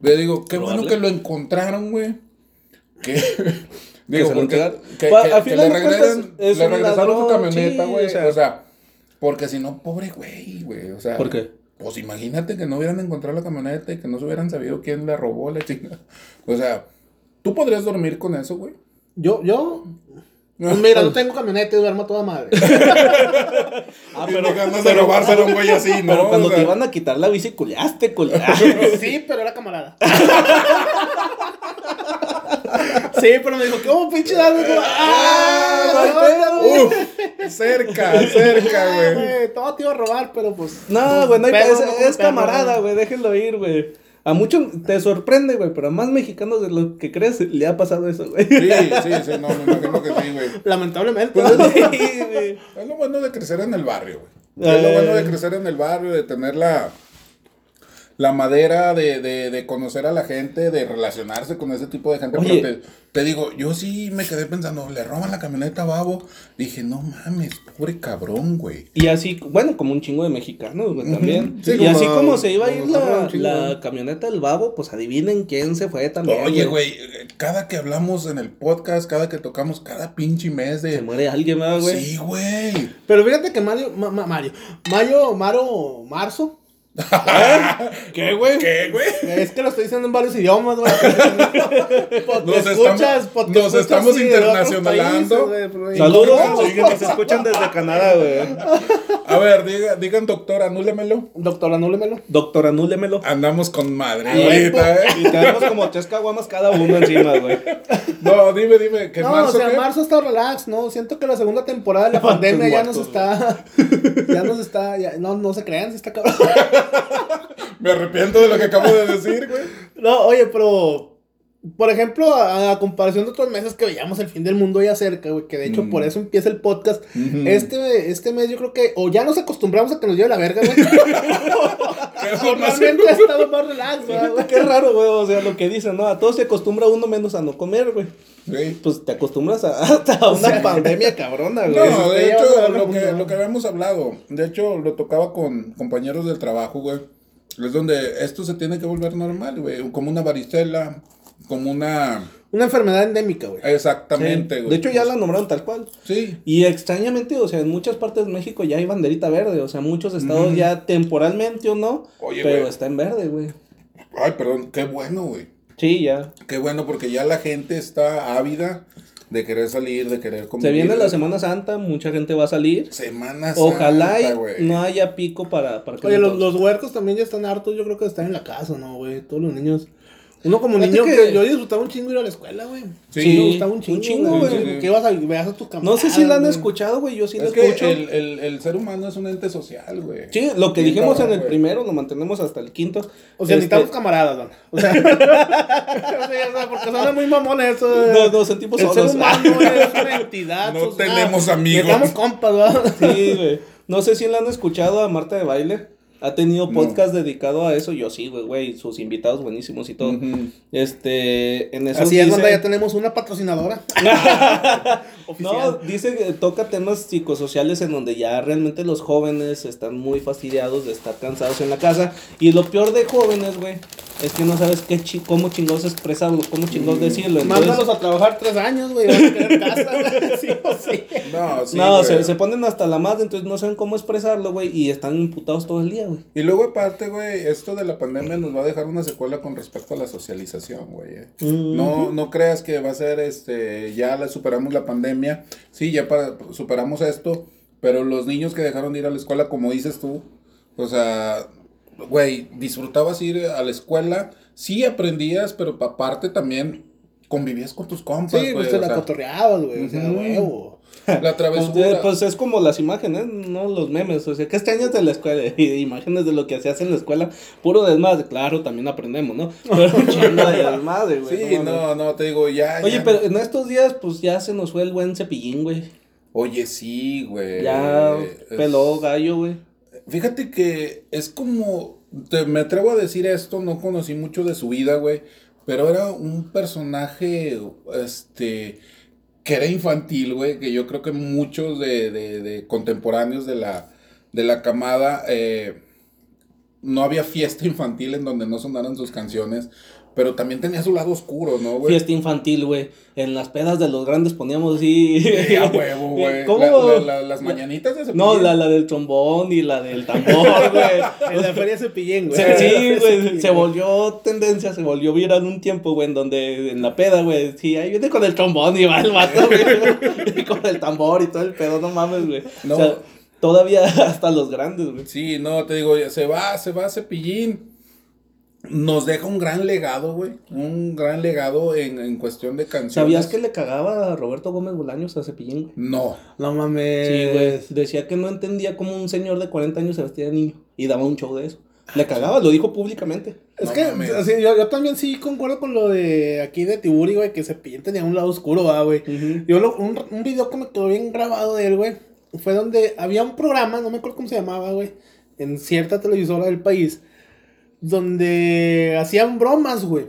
S2: Le digo, qué bueno
S1: Robarle.
S2: que lo encontraron, güey. Que. *laughs* Digo,
S1: se lo
S2: porque-
S1: entregaran.
S2: que,
S1: Pa-
S2: que-
S1: Pues, a
S2: que
S1: final
S2: le
S1: de
S2: regresan,
S1: cuentas, es
S2: le
S1: un
S2: regresaron su
S1: ladrón,
S2: camioneta,
S1: sí,
S2: güey.
S1: o sea.
S2: o sea, porque si no, pobre güey, güey. O sea.
S1: ¿Por qué?
S2: Pues imagínate que no hubieran encontrado la camioneta y que no se hubieran sabido quién la robó, la chingada. O sea, ¿tú podrías dormir con eso, güey?
S3: Yo, yo. pues Mira, no tengo camioneta y duermo a toda madre.
S1: Ah,
S2: Y ni ganas de robárselo a un güey así, ¿no?
S1: pero cuando
S2: O sea,
S1: te iban a quitar la bici, culeaste, *laughs* culeaste.
S3: *laughs* Sí, pero era camarada. Sí, pero me dijo, ¿cómo pinche dame?
S2: Ah,
S3: ¡Ah! no,
S2: Uf, cerca, cerca,
S3: no,
S2: güey.
S3: güey, Todo te iba a robar, pero pues.
S1: No, güey, no hay
S3: Pero
S1: pedo,
S3: no
S1: es, es
S3: con perro,
S1: camarada,
S3: ¿no?
S1: güey, déjenlo ir, güey. A muchos te sorprende, güey, pero a más mexicanos de lo que crees le ha pasado eso, güey.
S2: Sí, sí, sí, no, me imagino que sí, güey.
S3: Lamentablemente.
S1: *laughs* Sí, güey.
S2: Es lo bueno de crecer en el barrio, güey. Es lo bueno de crecer en el barrio, de tener la, la madera, de, de, de conocer a la gente, de relacionarse con ese tipo de gente.
S1: Oye.
S2: Pero te, te digo, yo sí me quedé pensando, le roban la camioneta a Babo. Dije, no mames, pobre cabrón, güey.
S1: Y así, bueno, como un chingo de mexicanos, güey, también.
S2: Sí,
S1: y
S2: como-
S1: así como se iba a ir
S3: como
S1: la,
S3: un chingo.
S1: la camioneta del babo, pues adivinen quién se fue también.
S2: Oye, güey, cada que hablamos en el podcast, cada que tocamos, cada pinche mes de...
S1: Se muere alguien, ¿verdad, güey?
S2: Sí, güey.
S3: Pero fíjate que Mario, Ma- Ma- Mario, Mayo, Maro, Marzo.
S2: ¿Qué, güey? ¿Qué, güey?
S3: Es que lo estoy diciendo en varios idiomas,
S2: *laughs*
S3: güey. Pues,
S2: Nos
S3: te
S2: estamos-
S3: pues, te
S2: nos
S3: escuchas,
S2: estamos
S3: sí, de otros
S2: internacionalando.
S3: países, güey, pues,
S1: Saludos,
S3: ¿cómo?
S1: sí, que nos escuchan desde Canadá, güey.
S2: A ver, diga- digan, doctor, anúlemelo.
S3: Doctor, anúlemelo.
S1: Doctor, anúlemelo.
S2: Andamos con
S1: Ah,
S2: madre
S3: Ay,
S2: ahorita, ¿eh?
S1: Y tenemos como tres caguamas cada uno encima, güey.
S2: No, dime, dime, que
S3: No,
S2: marzo,
S3: o sea,
S2: qué?
S3: marzo está relax, ¿no? Siento que la segunda temporada *laughs* de la pandemia ya nos
S1: muertos,
S3: está. *laughs* Ya nos está. ya- no, no se crean, se está cabrón.
S2: Me arrepiento de lo que acabo de
S1: *laughs*
S2: decir, güey.
S3: *laughs* No, oye, pero. Por ejemplo, a, a comparación de otros meses que veíamos el fin del mundo ya cerca, güey, que de hecho
S2: Mm.
S3: por eso empieza el podcast.
S2: Ujú.
S3: Este, este mes yo creo que o ya nos acostumbramos a que nos lleve la verga, güey. *laughs*
S2: Eso no sé.
S3: Normalmente ha estado más relax, ¿verdad, güey.
S1: Qué raro, güey, o sea, lo que dicen, ¿no? A todos se acostumbra uno menos a no comer, güey.
S2: Sí.
S1: Pues te acostumbras a, *laughs* hasta a una pandemia cabrona, güey.
S2: No,
S3: usted
S2: de
S3: ya va a
S2: hecho,
S3: hablar
S2: lo
S3: un
S2: que,
S3: montón.
S2: lo que habíamos hablado, de hecho, lo tocaba con compañeros del trabajo, güey. Es donde esto se tiene que volver normal, güey. Como una varicela, como una...
S3: Una enfermedad endémica, güey.
S2: Exactamente, güey.
S1: De hecho, ya la nombraron tal cual.
S2: Sí.
S1: Y extrañamente, o sea, en muchas partes de México ya hay banderita verde, o sea, muchos estados ya temporalmente o no,
S2: Oye,
S1: pero
S2: güey.
S1: está en verde, güey.
S2: Ay, perdón, qué bueno, güey.
S1: Sí, ya.
S2: Qué bueno, porque ya la gente está ávida de querer salir, de querer comer.
S1: Se viene la Semana Santa, mucha gente va a salir.
S2: Semana
S1: Ojalá
S2: Santa,
S1: y
S2: güey.
S1: no haya pico para, para que
S3: Oye,
S1: no
S3: los,
S1: todos.
S3: los huercos también ya están hartos, yo creo que están en la casa, ¿no, güey? Todos los niños. Uno como
S1: Fíjate
S3: niño,
S1: que-
S3: que yo disfrutaba un chingo ir a la escuela, güey.
S2: Sí.
S3: me gustaba un chingo,
S1: Un chingo,
S3: güey.
S2: güey.
S3: Que ibas a, veas a tus
S1: No sé si la han
S3: camaradas, güey.
S1: escuchado, güey, yo sí
S2: Es
S1: la
S2: que
S1: escucho.
S2: el, el, el ser humano es un ente social, güey.
S1: Sí, lo que
S2: Bien
S1: dijimos
S2: cabrón,
S1: en el
S2: güey.
S1: primero lo mantenemos hasta el quinto.
S3: O
S1: Este,
S3: sea, necesitamos camaradas, don. O sea, *laughs* o sea, o sea, porque suena muy mamón eso. güey.
S1: Nos, nos sentimos
S3: El ser
S1: solos.
S3: humano es una entidad.
S2: No
S3: social.
S1: pues,
S2: tenemos amigos.
S3: Necesitamos compas, ¿verdad?
S1: *laughs* Sí, güey. No sé si la han escuchado a Marta de Baile. Ha tenido
S2: No.
S1: podcast dedicado a eso. Yo sí, güey, güey. Sus invitados buenísimos y todo.
S2: Ujú.
S1: Este, en eso
S3: Así es,
S1: dice-
S3: banda, ya tenemos una patrocinadora.
S1: No,
S3: *laughs* Oficial.
S1: dice que toca temas psicosociales en donde ya realmente los jóvenes están muy fastidiados de estar cansados en la casa. Y lo peor de jóvenes, güey, es que no sabes qué chi- cómo chingados expresarlo, cómo chingados decirlo. Entonces,
S3: Mándalos a trabajar tres años, güey. Van a querer casa, *laughs* güey. Sí o sí.
S1: *laughs*
S2: No, sí,
S1: no,
S2: güey.
S1: se, se ponen hasta la madre, entonces no saben cómo expresarlo, güey, y están imputados todo el día, güey.
S2: Y luego aparte, güey, esto de la pandemia nos va a dejar una secuela con respecto a la socialización, güey. eh.
S1: Mm.
S2: No, no creas que va a ser, este, ya la, superamos la pandemia, sí, ya pa- superamos esto, pero los niños que dejaron de ir a la escuela, como dices tú, O sea, güey, disfrutabas ir a la escuela, sí aprendías, pero aparte también convivías con tus compas,
S3: Sí,
S2: güey,
S3: pues te
S2: o
S3: la
S2: sea,
S3: cotorreabas, güey. O sea,
S2: Ujú.
S3: huevo.
S2: *laughs* la
S1: Pues,
S2: travesura.
S1: eh, pues es como las imágenes, no los memes. O sea, que este año es de la escuela. *laughs* y imágenes de lo que hacías en la escuela. Puro desmadre. Claro, también aprendemos, *laughs* ¿no? Pero un chingo de desmadre, güey.
S2: sí,
S1: mames.
S2: no, no, te digo, ya.
S1: Oye,
S2: ya.
S1: pero en estos días, pues ya se nos fue el buen cepillín, güey.
S2: Oye, sí, güey.
S1: ya
S2: Eh, Es-
S1: peló gallo, güey.
S2: Fíjate que es como, te- me atrevo a decir esto, no conocí mucho de su vida, güey, pero era un personaje, este, que era infantil, güey, que yo creo que muchos de, de- de contemporáneos de la, de la camada, eh, no había fiesta *laughs* infantil en donde no sonaran sus canciones, pero también tenía su lado oscuro, ¿no, güey?
S1: Fiesta infantil, güey. En las pedas de los grandes poníamos así.
S2: Eh, a huevo, güey.
S1: ¿Cómo?
S2: La- la- la- las mañanitas de
S1: *laughs* No,
S2: Cepillín.
S1: la, la del trombón y la del tambor, güey.
S2: *laughs*
S3: En la feria de Cepillín, güey.
S1: Se- Pues, sí,
S3: *laughs*
S1: güey, se volvió tendencia, se volvió viral un tiempo, güey, en donde en la peda, güey, sí, ahí viene con el trombón y va el vato, güey, *laughs* y con el tambor y todo el pedo, no mames, güey.
S2: No.
S1: O sea, todavía *laughs* hasta los grandes, güey.
S2: Sí, no, te digo, ya se va, se va Cepillín. Nos deja un gran legado, güey. Un gran legado en, en cuestión de canciones.
S1: ¿Sabías que le cagaba a Roberto Gómez Bolaños a Cepillín, güey?
S2: No.
S3: No mames.
S1: Sí, güey, Pues, decía que no entendía cómo un señor de 40 años se vestía de niño y daba un show de eso. Le
S2: Ah,
S1: cagaba, lo dijo públicamente.
S3: Es
S2: No
S3: que
S2: mames.
S3: o sea, yo, yo también sí concuerdo con lo de aquí de Tiburi, güey, que Cepillín tenía un lado oscuro, ah, güey.
S1: Ujú.
S3: Yo lo- un, un video que me quedó bien grabado de él, güey, fue donde había un programa, no me acuerdo cómo se llamaba, güey, en cierta televisora del país, donde hacían bromas, güey.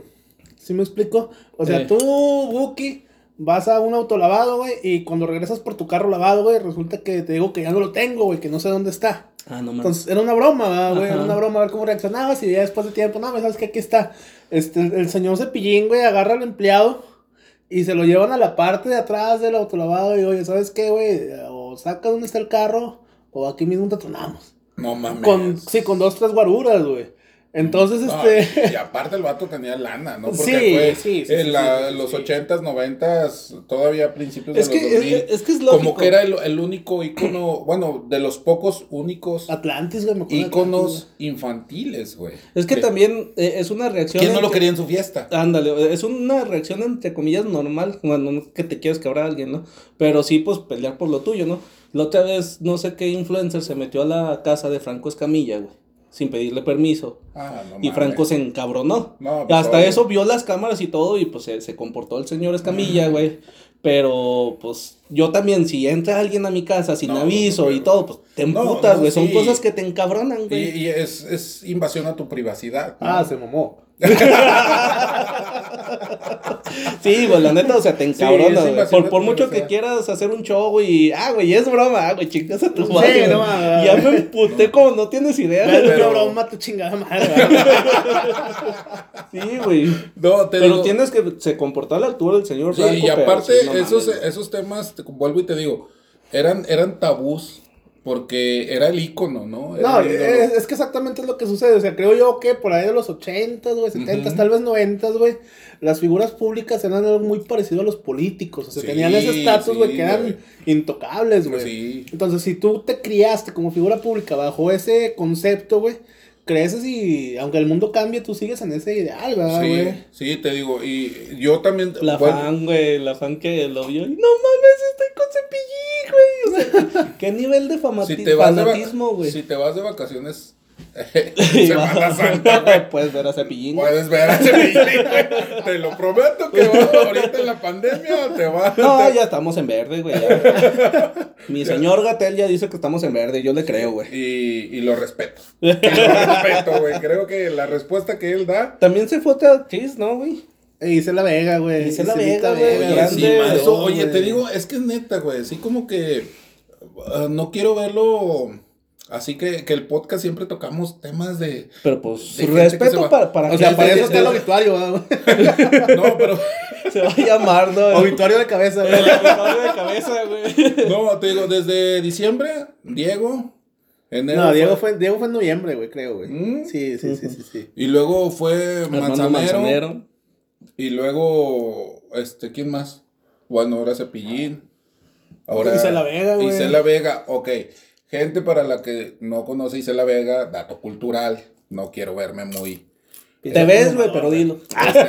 S3: ¿Sí me explico? O sea,
S1: Eh.
S3: tú, Buki, vas a un auto lavado, güey, y cuando regresas por tu carro lavado, güey, resulta que te digo que ya no lo tengo, güey, que no sé dónde está.
S1: Ah, no mames.
S3: Entonces, era una broma, ¿verdad, güey, era
S1: Ajá.
S3: una broma, a ver cómo reaccionabas y ya después de tiempo, no, me sabes que aquí está, este, el señor Cepillín, güey, agarra al empleado y se lo llevan a la parte de atrás del autolavado y, oye, ¿sabes qué, güey? O saca donde está el carro o aquí mismo te tronamos.
S2: No mames.
S3: Con, sí, con dos, tres guaruras, güey. Entonces,
S2: No,
S3: este...
S2: Y aparte el vato tenía lana, ¿no? Porque
S3: Sí,
S2: fue
S3: sí, sí, sí,
S2: en la-
S3: sí,
S2: los
S3: sí.
S2: 80s, 90s, todavía a principios
S1: Es
S2: de
S1: que,
S2: los
S1: es,
S2: 2000.
S1: es- es que es lógico.
S2: como que era el, el único icono, bueno, de los pocos únicos
S1: Ah,
S3: Atlantis, güey, me acuerdo de Atlantis,
S2: iconos infantiles, güey.
S1: Es que
S2: De-
S1: también eh, es una reacción.
S2: ¿Quién no lo
S1: entre-
S2: quería en su fiesta?
S1: Ándale, es una reacción entre comillas normal, cuando no es que te quieres quebrar a alguien, ¿no? Pero sí, pues pelear por lo tuyo, ¿no? La otra vez, no sé qué influencer se metió a la casa de Franco Escamilla, güey, sin pedirle permiso.
S2: Ah, no
S1: Y
S2: mames.
S1: Franco se encabronó.
S2: No, pues,
S1: Hasta
S2: obvio.
S1: eso vio las cámaras y todo y pues se, se comportó el señor Escamilla, güey. Pero pues yo también, si entra alguien a mi casa sin
S2: No,
S1: aviso
S2: no,
S1: y
S2: no.
S1: todo, pues te
S2: No,
S1: emputas,
S2: no,
S1: güey. Son
S2: sí.
S1: cosas que te encabronan,
S2: Y,
S1: güey.
S2: y es, es invasión a tu privacidad. ¿no?
S3: Ah, se mamó.
S1: Sí, güey, la neta, o
S2: *laughs*
S1: sea, te
S2: es
S1: encabronas, güey.
S2: invasión
S1: Por,
S2: de
S1: por
S2: tu
S1: mucho que
S2: privacidad.
S1: quieras hacer un show, güey. Ah, güey, es broma, ah, güey, chingas a tu
S3: Sí,
S1: madre.
S3: no
S1: güey.
S2: ah,
S3: mames.
S1: ya me emputé como no tienes idea.
S3: Pero...
S1: güey.
S3: Una broma, tu chingada madre, ¿verdad?
S1: Sí, güey.
S2: No, te
S1: Pero
S2: digo-
S1: tienes que se comportó a la altura del señor
S2: Sí,
S1: Franco,
S2: y
S1: pero
S2: aparte,
S1: sí, no mames,
S2: esos,
S1: güey.
S2: esos temas, te- vuelvo y te digo, eran, eran tabús porque era el ícono, ¿no? Era
S3: No,
S2: el ídolo.
S3: es, es que exactamente es lo que sucede. O sea, creo yo que por ahí de los 80s, güey, 70s,
S2: Ujú.
S3: tal vez 90s, güey, las figuras públicas eran algo muy parecido a los políticos. O sea,
S2: Sí,
S3: tenían ese estatus, güey,
S2: sí,
S3: que eran
S2: güey.
S3: intocables, güey.
S2: Pues Sí.
S3: Entonces, si tú te criaste como figura pública bajo ese concepto, güey, creces y aunque el mundo cambie, tú sigues en ese ideal, ¿verdad, güey?
S2: Sí, sí, te digo, y yo también...
S1: Ah, La
S2: bueno,
S1: fan, güey, la fan que lo vio. y, No mames, estoy con cepillín, güey. O
S2: *laughs*
S1: sea, qué nivel de famati-
S2: si te, vas de vac-
S1: fanatismo, güey.
S2: si te vas de vacaciones,
S1: *laughs*
S2: *laughs*
S1: Y
S2: Semana
S1: vas-
S2: Santa,
S1: *laughs*
S2: güey,
S1: Puedes ver a cepillín. güey.
S2: Puedes ver a Cepillín, güey. Te lo prometo que va, ahorita en la pandemia te va
S1: No,
S2: te-
S1: ya estamos en verde, güey. ya.
S2: *laughs*
S1: Mi señor Gatel ya dice que estamos en verde, yo le creo, güey.
S2: Y, y lo respeto. Y pues. *laughs* lo respeto, güey. Creo que la respuesta que él da
S1: También se fue otra actriz, ¿no, güey?
S3: E Isela Vega, güey.
S1: Isela
S3: Iselita
S1: Vega, güey,
S2: Oye,
S1: grande,
S2: sí, mano,
S1: eso,
S2: oye,
S3: güey.
S2: te digo, es que es neta, güey. Así como que ah, no quiero verlo. Así que, que el podcast siempre tocamos temas de.
S1: Pero pues,
S2: De gente que se
S1: respeto
S2: va.
S1: para, para
S3: O sea,
S1: que-
S3: para eso
S1: que
S3: está el obituario, ¿verdad, güey.
S2: *laughs* No, *laughs* pero.
S1: *laughs* se, se va a llamar, ¿no? El-
S3: Obituario de cabeza,
S1: el
S3: güey.
S1: obituario de cabeza, güey.
S2: No, te digo, desde diciembre, Diego. Enero.
S3: No, Diego fue, Diego fue en noviembre, güey, creo, güey.
S2: ¿Mm?
S3: Sí, sí, sí, sí, sí.
S2: Y luego fue
S1: Armando
S2: Manzanero,
S1: Manzanero.
S2: Y luego. Este, ¿quién más? Bueno, ahora Cepillín. Ahora.
S3: Isela Vega, güey.
S2: Isela Vega, ok. Gente para la que no conoce Isela Vega, dato cultural, no quiero verme muy...
S1: Te ves, güey, pero dilo.
S3: *laughs*
S2: Este,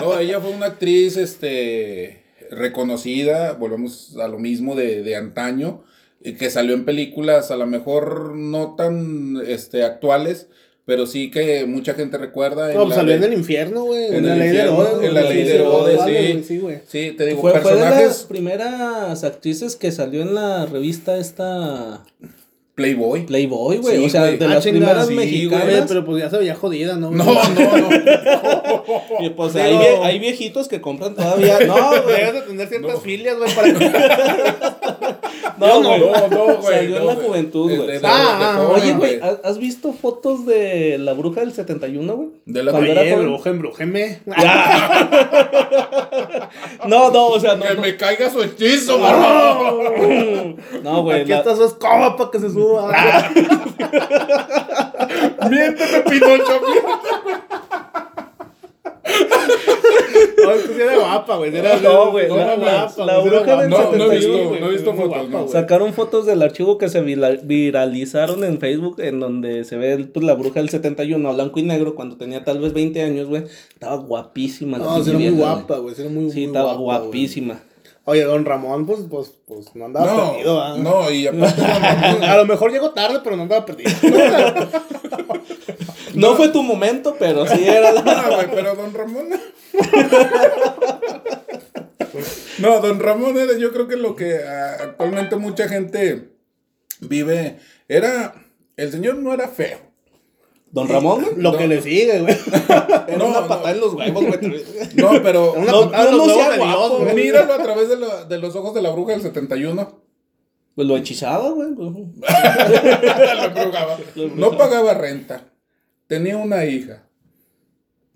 S2: no, ella fue una actriz este, reconocida, volvemos a lo mismo de, de antaño, y que salió en películas a lo mejor no tan este, actuales, pero sí que mucha gente recuerda. en
S3: No,
S2: la
S3: pues salió en
S2: de-
S3: el infierno, güey. En,
S2: en
S3: la
S2: el
S3: ley de
S2: infierno,
S3: Herodes.
S2: en la
S3: güey,
S2: ley de
S3: sí,
S2: Herodes,
S3: vale,
S2: sí.
S3: güey, Sí, güey.
S2: Sí, te digo,
S1: Fue, fue de las
S2: personajes
S1: primeras actrices que salió en la revista esta
S2: Playboy.
S1: Playboy, güey.
S2: Sí,
S1: o sea,
S2: güey.
S1: de
S3: Ah,
S1: las
S3: chinga,
S1: primeras
S2: sí, güey,
S1: mexicanas.
S3: Güey, pero pues ya se veía jodida, *laughs* ¿no? güey?
S2: No, no, no.
S1: Y, pues hay,
S3: Digo-
S1: vie- hay viejitos que compran todavía. *laughs* No,
S3: Debes
S1: güey.
S3: *laughs* de tener ciertas filias, güey, para que...
S1: No,
S2: No,
S1: güey. *laughs*
S2: no, no, güey.
S1: Salió en
S2: no,
S1: la
S2: güey.
S1: juventud,
S2: De-
S1: güey.
S2: de- de-
S3: Ah,
S2: de-
S3: ah,
S2: de-
S1: Oye, güey, ¿has has visto fotos de la bruja del 71, güey?
S2: De la
S1: Cuando era
S3: Oye,
S1: joven. *laughs*
S3: bruja, embrujeme. *laughs*
S1: No, no, o sea, no.
S2: Que *laughs*
S1: no.
S2: me caiga su hechizo, por favor.
S1: *laughs* No, güey.
S3: Aquí
S1: la-
S3: está su escoba para que se *laughs* suba.
S2: Miénteme, Pinocho.
S3: No, es que sí era guapa, güey. Era,
S1: No, güey,
S3: no era
S1: la-
S3: guapa,
S1: la
S3: güey, sí era
S1: bruja del
S3: guapa.
S1: No, no he visto-
S3: 71, güey,
S2: no he visto
S3: era muy
S2: fotos,
S3: guapa,
S2: no.
S3: güey.
S1: Sacaron fotos del archivo que se vira- viralizaron en Facebook, en donde se ve pues, la bruja del 71, a blanco y negro, cuando tenía tal vez 20 años, güey. Estaba guapísima. la
S3: No, sí
S1: pinche
S3: era muy
S1: vieja,
S3: guapa,
S1: güey.
S3: güey. Sí era muy,
S1: Sí,
S3: muy
S1: estaba
S3: guapa, güey.
S1: guapísima.
S3: Oye, don Ramón, pues, pues, pues, no andaba perdido,
S2: No,
S3: ¿ah? *laughs*
S2: no, y aparte no, no, no.
S3: A lo mejor llegó tarde, pero no andaba perdido.
S1: No, fue tu momento, pero sí era
S3: *laughs*
S1: la...
S2: Ah, güey, pero Don Ramón. *laughs* No, Don Ramón era, yo creo que lo que ah, actualmente mucha gente vive. Era. El señor no era feo.
S1: Don Ramón, güey.
S3: Lo que le sigue, güey.
S2: No,
S3: Era una
S2: no.
S3: patada en los huevos, güey.
S2: No, pero.
S3: Era una
S1: No,
S3: patada
S1: no,
S3: en los
S1: no sea
S3: huevos de
S1: guapo,
S3: Dios, güey.
S2: Míralo a través de, la- de los ojos de la bruja del 71.
S1: Pues lo hechizaba, güey.
S2: La embrujaba. No pagaba renta. Tenía una hija.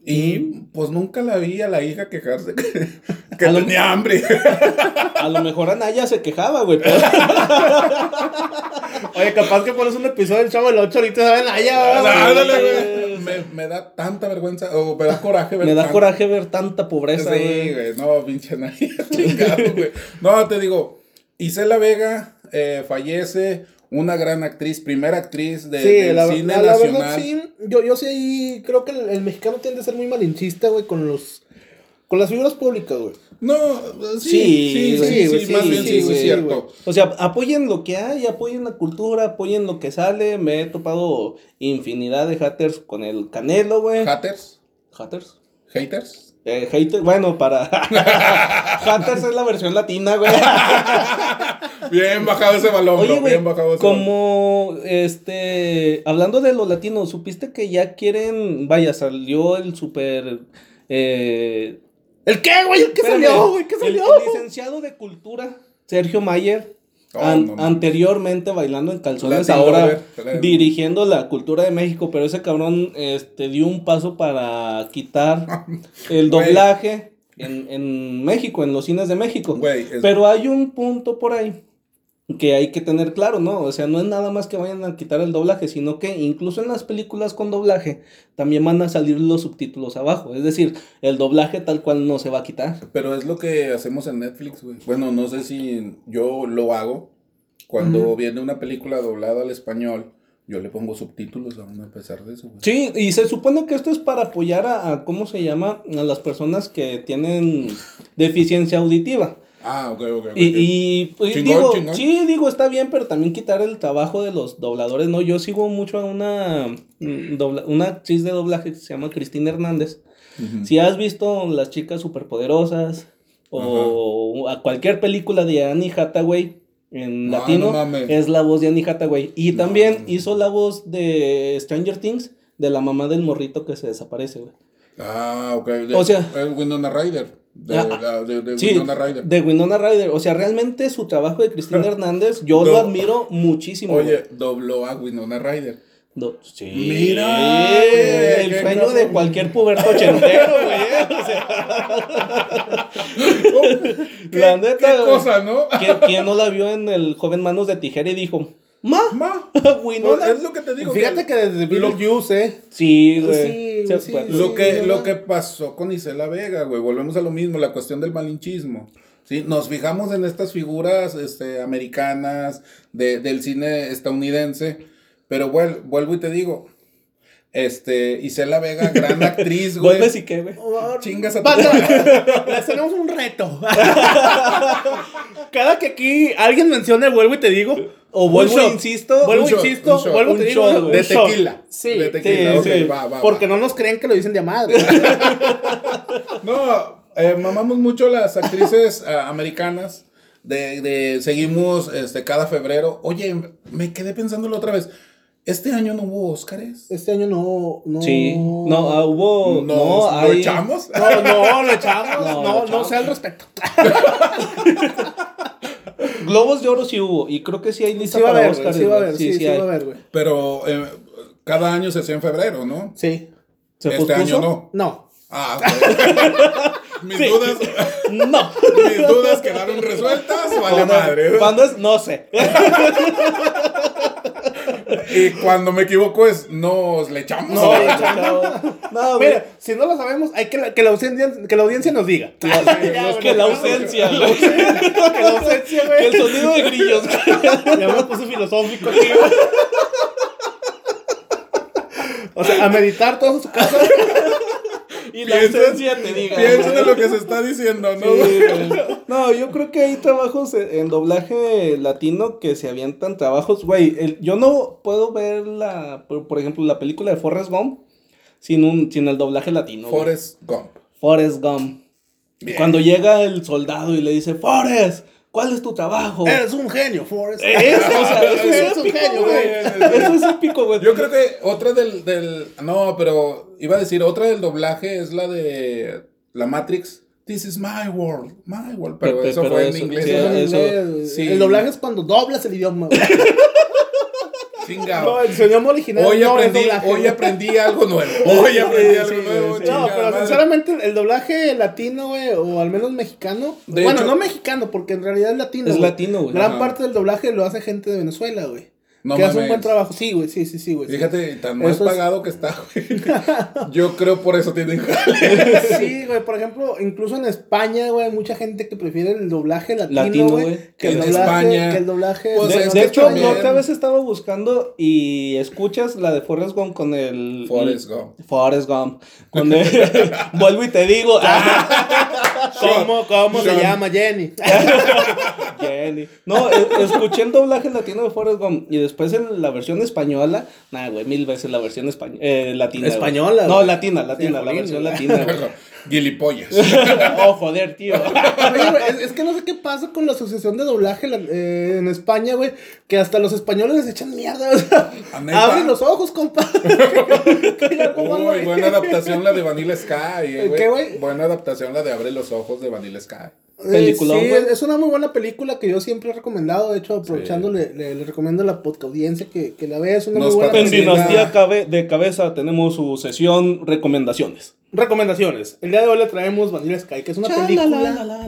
S2: Y pues nunca la vi a la hija quejarse que, que
S1: A lo-
S2: tenía hambre.
S1: A lo mejor Anaya se quejaba, güey.
S3: *laughs*
S1: Pero...
S3: Oye, capaz que pones un episodio del Chavo del 8 ahorita, ¿saben? Allá, güey.
S1: Ah,
S2: *laughs* Ándale,
S1: güey.
S2: güey. Me, me da tanta vergüenza, o me da coraje ver
S1: Me da
S2: tan-
S1: coraje ver tanta pobreza,
S2: Sí,
S1: güey.
S2: güey, no, pinche nadie, *laughs* chingado, güey. No, te digo, Isela Vega eh, fallece, una gran actriz, primera actriz de,
S3: Sí,
S2: del
S3: la,
S2: cine
S3: la- la
S2: nacional.
S3: verdad sí, yo, yo sí ahí creo que el, el mexicano tiende a ser muy malinchista, güey, con los con las figuras públicas, güey.
S2: No, sí,
S1: Sí,
S2: sí, sí,
S1: güey,
S2: sí,
S3: sí,
S2: más
S3: sí,
S2: bien sí,
S3: sí,
S2: sí,
S3: güey,
S2: es cierto.
S1: O sea, apoyen lo que hay, apoyen la cultura, apoyen lo que sale. Me he topado infinidad de haters con el Canelo, güey.
S2: Haters,
S1: haters.
S2: haters.
S1: Eh, haters, bueno, para. *laughs* haters es la versión latina,
S2: *laughs*
S1: güey.
S2: Bien bajado ese balón,
S1: Oye,
S2: bro,
S1: güey,
S2: bien bajado ese balón.
S1: como este, hablando de los latinos, supiste que ya quieren, vaya, salió el super, eh,
S3: ¿El qué, güey? ¿El qué
S1: espérame,
S3: salió, güey? ¿Qué
S1: el-
S3: salió?
S1: El, licenciado de cultura, Sergio Mayer,
S2: Oh,
S1: an-
S2: no, no.
S1: anteriormente bailando en calzones,
S2: Latino, a ver,
S1: ahora
S2: a ver.
S1: dirigiendo la cultura de México, pero ese cabrón, este, dio un paso para quitar el
S2: *laughs* Güey.
S1: doblaje en, en México, en los cines de México.
S2: Güey, es-
S1: Pero hay un punto por ahí que hay que tener claro, ¿no? O sea, no es nada más que vayan a quitar el doblaje, sino que incluso en las películas con doblaje también van a salir los subtítulos abajo. Es decir, el doblaje tal cual no se va a quitar.
S2: Pero es lo que hacemos en Netflix, güey. Bueno, no sé si yo lo hago. Cuando viene una película doblada al español, yo le pongo subtítulos aún a pesar de eso, güey.
S1: Sí, y se supone que esto es para apoyar a, a ¿cómo se llama? A las personas que tienen deficiencia auditiva.
S2: Ah, ok, ok. ok.
S1: Y, y, pues,
S2: Chingón,
S1: digo,
S2: chingón.
S1: sí, digo, está bien, pero también quitar el trabajo de los dobladores, ¿no? Yo sigo mucho a una, mm, dobla- una actriz de doblaje que se llama Cristina Hernández.
S2: Ujú.
S1: Si has visto Las Chicas Superpoderosas o a cualquier película de Annie Hathaway en
S2: Ah,
S1: latino,
S2: no mames.
S1: es la voz de Annie Hathaway. Y
S2: No
S1: también
S2: mames.
S1: hizo la voz de Stranger Things, de la mamá del morrito que se desaparece, güey.
S2: Ah, ok. De-
S1: O sea-
S2: Es Winona Ryder. De,
S1: Ah,
S2: la- de- de
S1: Sí,
S2: Winona Ryder.
S1: de Winona Ryder. O sea, realmente su trabajo de
S2: *laughs*
S1: Cristina Hernández, yo
S2: No.
S1: lo admiro muchísimo. güey.
S2: Oye, dobló a
S1: *laughs*
S2: Winona Ryder.
S1: No, sí.
S2: Mira, güey,
S1: el
S2: qué
S1: sueño
S2: cabrón.
S1: de cualquier puberto ochentero, güey. eh, o sea,
S2: Oh, ¿Qué,
S1: La neta,
S2: qué
S1: güey.
S2: cosa, ¿no? *laughs*
S1: ¿quién, quién no la vio en el joven Manos de Tijera y dijo, ma, *laughs*
S2: Ma,
S1: Winona?
S2: es lo que te digo.
S3: Fíjate que desde Beetlejuice, eh.
S1: Sí,
S3: Sí,
S1: güey.
S3: güey,
S1: Se
S3: sí,
S1: fue.
S3: sí.
S2: Lo que,
S3: ¿verdad?
S2: lo que pasó con Isela Vega, güey, volvemos a lo mismo, la cuestión del malinchismo. ¿sí? Nos fijamos en estas figuras este, americanas, de- del cine estadounidense, pero vuel- vuelvo y te digo, este, Isela Vega,
S3: *laughs*
S2: gran actriz, güey.
S1: Vuelves y qué, güey.
S2: Chingas a tu
S3: Pasa-
S2: madre.
S3: Les tenemos un reto. *laughs* Cada que aquí alguien mencione vuelvo y te digo.
S1: O vuelvo
S3: un
S1: e
S3: shot.
S1: insisto,
S3: *laughs* Vuelvo
S2: un
S3: e
S2: shot,
S3: insisto,
S2: un shot,
S3: vuelvo y
S1: un
S3: te digo.
S1: shot,
S3: un
S1: güey.
S2: De
S3: shot.
S2: tequila.
S3: Sí,
S2: De tequila,
S1: sí,
S2: ok,
S1: sí.
S2: va, va,
S3: Porque
S2: va.
S3: no nos creen que lo dicen de madre.
S2: No, eh, mamamos mucho las actrices ah, americanas. De, de- seguimos este, cada febrero. Oye, me quedé pensándolo otra vez. Este año no hubo Óscares.
S3: Este año no. no
S1: Sí. No, ah, hubo.
S2: ¿Nos
S1: No,
S2: ¿lo
S1: hay. *laughs*
S2: echamos?
S3: No, no, lo echamos.
S1: No, lo
S3: No, no,
S1: echamos.
S3: sea al respecto.
S1: Globos de oro sí hubo. Y creo que sí hay lista
S3: Sí va a
S1: para
S3: haber, güey,
S1: Óscares,
S3: sí va a
S1: güey.
S3: haber, sí, sí va
S1: hay.
S3: a haber, güey.
S2: Pero eh, cada año se hacía en febrero, ¿no?
S3: Sí.
S1: ¿Se
S2: este
S1: pospuso?
S2: año no.
S3: No.
S2: Ah, ok. mis, dudas,
S1: *laughs* No.
S2: mis dudas quedaron
S1: *laughs*
S2: resueltas. Vale
S1: ¿Cuándo-
S2: madre.
S1: ¿Cuándo es? No sé.
S2: Y cuando me equivoco es, nos le echamos.
S1: *laughs*
S2: *laughs*
S1: No, chavo. no, güey.
S3: Mira, si no lo sabemos, hay que la, que la audiencia, que la audiencia nos diga.
S1: No, es que la ausencia, la ausencia,
S3: *laughs* Que la ausencia,
S1: que
S3: güey.
S1: el sonido de grillos.
S3: Ya me puse filosófico aquí, güey. O sea, a meditar todos en su casa.
S1: Y la
S2: Piensa-
S1: ausencia te diga.
S2: Piensen
S1: güey.
S2: en lo que se está diciendo, ¿no?
S1: Sí, güey. No, yo creo que hay trabajos en en doblaje latino que se avientan trabajos, güey. el- Yo no puedo ver la, por, por ejemplo, la película de Forrest Gump sin un, sin el doblaje latino. güey.
S2: Forrest Gump.
S1: Forrest Gump.
S2: Bien.
S1: Cuando llega el soldado y le dice, Forrest, ¿cuál es tu trabajo?
S3: *laughs* Eres un genio, Forrest.
S1: Eso, *laughs* o sea, eso es
S3: Eres un
S1: épico,
S3: genio,
S1: güey.
S2: güey.
S1: Eso es épico, güey.
S2: Yo creo que otra del, del. No, pero iba a decir, otra del doblaje es la de la Matrix. This is my world, my world. Pero
S1: Pe-
S2: eso
S1: pero
S2: fue
S1: eso-
S2: en inglés.
S1: sí,
S2: ¿verdad?
S1: eso-
S3: Güey,
S2: sí.
S3: El doblaje es cuando doblas el idioma, güey.
S2: Chingado.
S3: *laughs* No, el señor original
S2: hoy
S3: no es
S2: aprendí,
S3: doblaje,
S2: hoy
S3: güey.
S2: aprendí algo nuevo. Hoy
S1: *laughs*
S2: aprendí
S1: Sí,
S2: algo
S1: sí,
S2: nuevo.
S1: sí.
S2: chingada
S3: No, pero
S2: madre.
S3: sinceramente el, el doblaje latino, güey, o al menos mexicano.
S2: De
S3: bueno,
S2: hecho-
S3: no mexicano, porque en realidad es latino.
S1: Es
S3: güey.
S1: latino, güey.
S3: Gran
S2: Ajá.
S3: parte del doblaje lo hace gente de Venezuela, güey.
S2: No
S3: que hace un
S2: mames.
S3: buen trabajo. Sí, güey, sí, sí, sí, güey.
S2: Fíjate, tan mal
S3: Eso es-
S2: pagado que está, güey. Yo creo por eso tienen jale.
S1: *laughs*
S3: Sí, güey, por ejemplo, incluso en España, güey, hay mucha gente que prefiere el doblaje latino,
S1: Latino, güey.
S3: güey, que el
S2: En
S3: doblaje,
S2: España.
S3: que el doblaje
S2: Pues,
S1: de
S2: es
S1: de
S2: que
S1: hecho,
S2: también-
S1: la otra vez estaba buscando y escuchas la de Forrest Gump con el.
S2: Forrest Gump. *laughs*
S1: Forrest Gump. Con el- *laughs* Vuelvo y te digo. ah,
S3: *laughs* ¿Cómo, cómo se
S2: Sean-
S3: llama *laughs* Jenny?
S1: *laughs* Jenny. No, e- escuché el doblaje latino de Forrest Gump y después en la versión española. Nah, güey, mil veces la versión española. latina. güey.
S3: Española,
S1: No,
S3: güey.
S1: latina, latina,
S3: Sí,
S1: la
S3: jolín,
S1: versión
S3: güey.
S1: latina. güey.
S2: Gilipollas.
S3: *laughs*
S1: Oh, joder, tío.
S3: Oye, güey, es, es que no sé qué pasa con la asociación de doblaje la- eh, en España, güey, que hasta los españoles les echan mierda, *laughs* o sea,
S2: ¿A neta?
S3: abren los ojos, compa. *laughs* Que- que ya como algo
S2: Uy,
S3: ahí.
S2: buena adaptación la de Vanilla Sky. eh,
S3: ¿Qué, güey?
S2: Buena adaptación la de Abre los Ojos de Vanilla Sky.
S3: Eh,
S1: Peliculón,
S3: sí,
S1: güey.
S3: es una muy buena película que yo siempre he recomendado. De hecho, aprovechando, le, le- le recomiendo a la podcast audiencia que, que la vea. Es una
S2: Nos
S3: muy buena
S1: En
S2: patrocina.
S3: película.
S1: Dinastía Cabe- de Cabeza tenemos su sesión recomendaciones.
S3: Recomendaciones. El día de hoy le traemos Vanilla Sky, que es una película.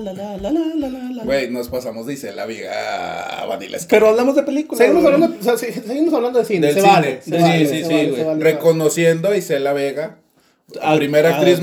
S2: Güey, nos pasamos, dice la vieja Vanilla Sky.
S1: Pero hablamos de películas.
S3: Seguimos
S1: güey.
S3: hablando, o sea, se- seguimos hablando de cine.
S2: Del
S3: se
S2: cine.
S3: vale.
S2: Sí,
S3: se vale,
S2: sí,
S3: se
S2: sí, güey.
S3: vale, se vale, se vale.
S2: Reconociendo a Isela Vega,
S1: Ah,
S2: primera
S1: ah,
S2: actriz
S1: sí,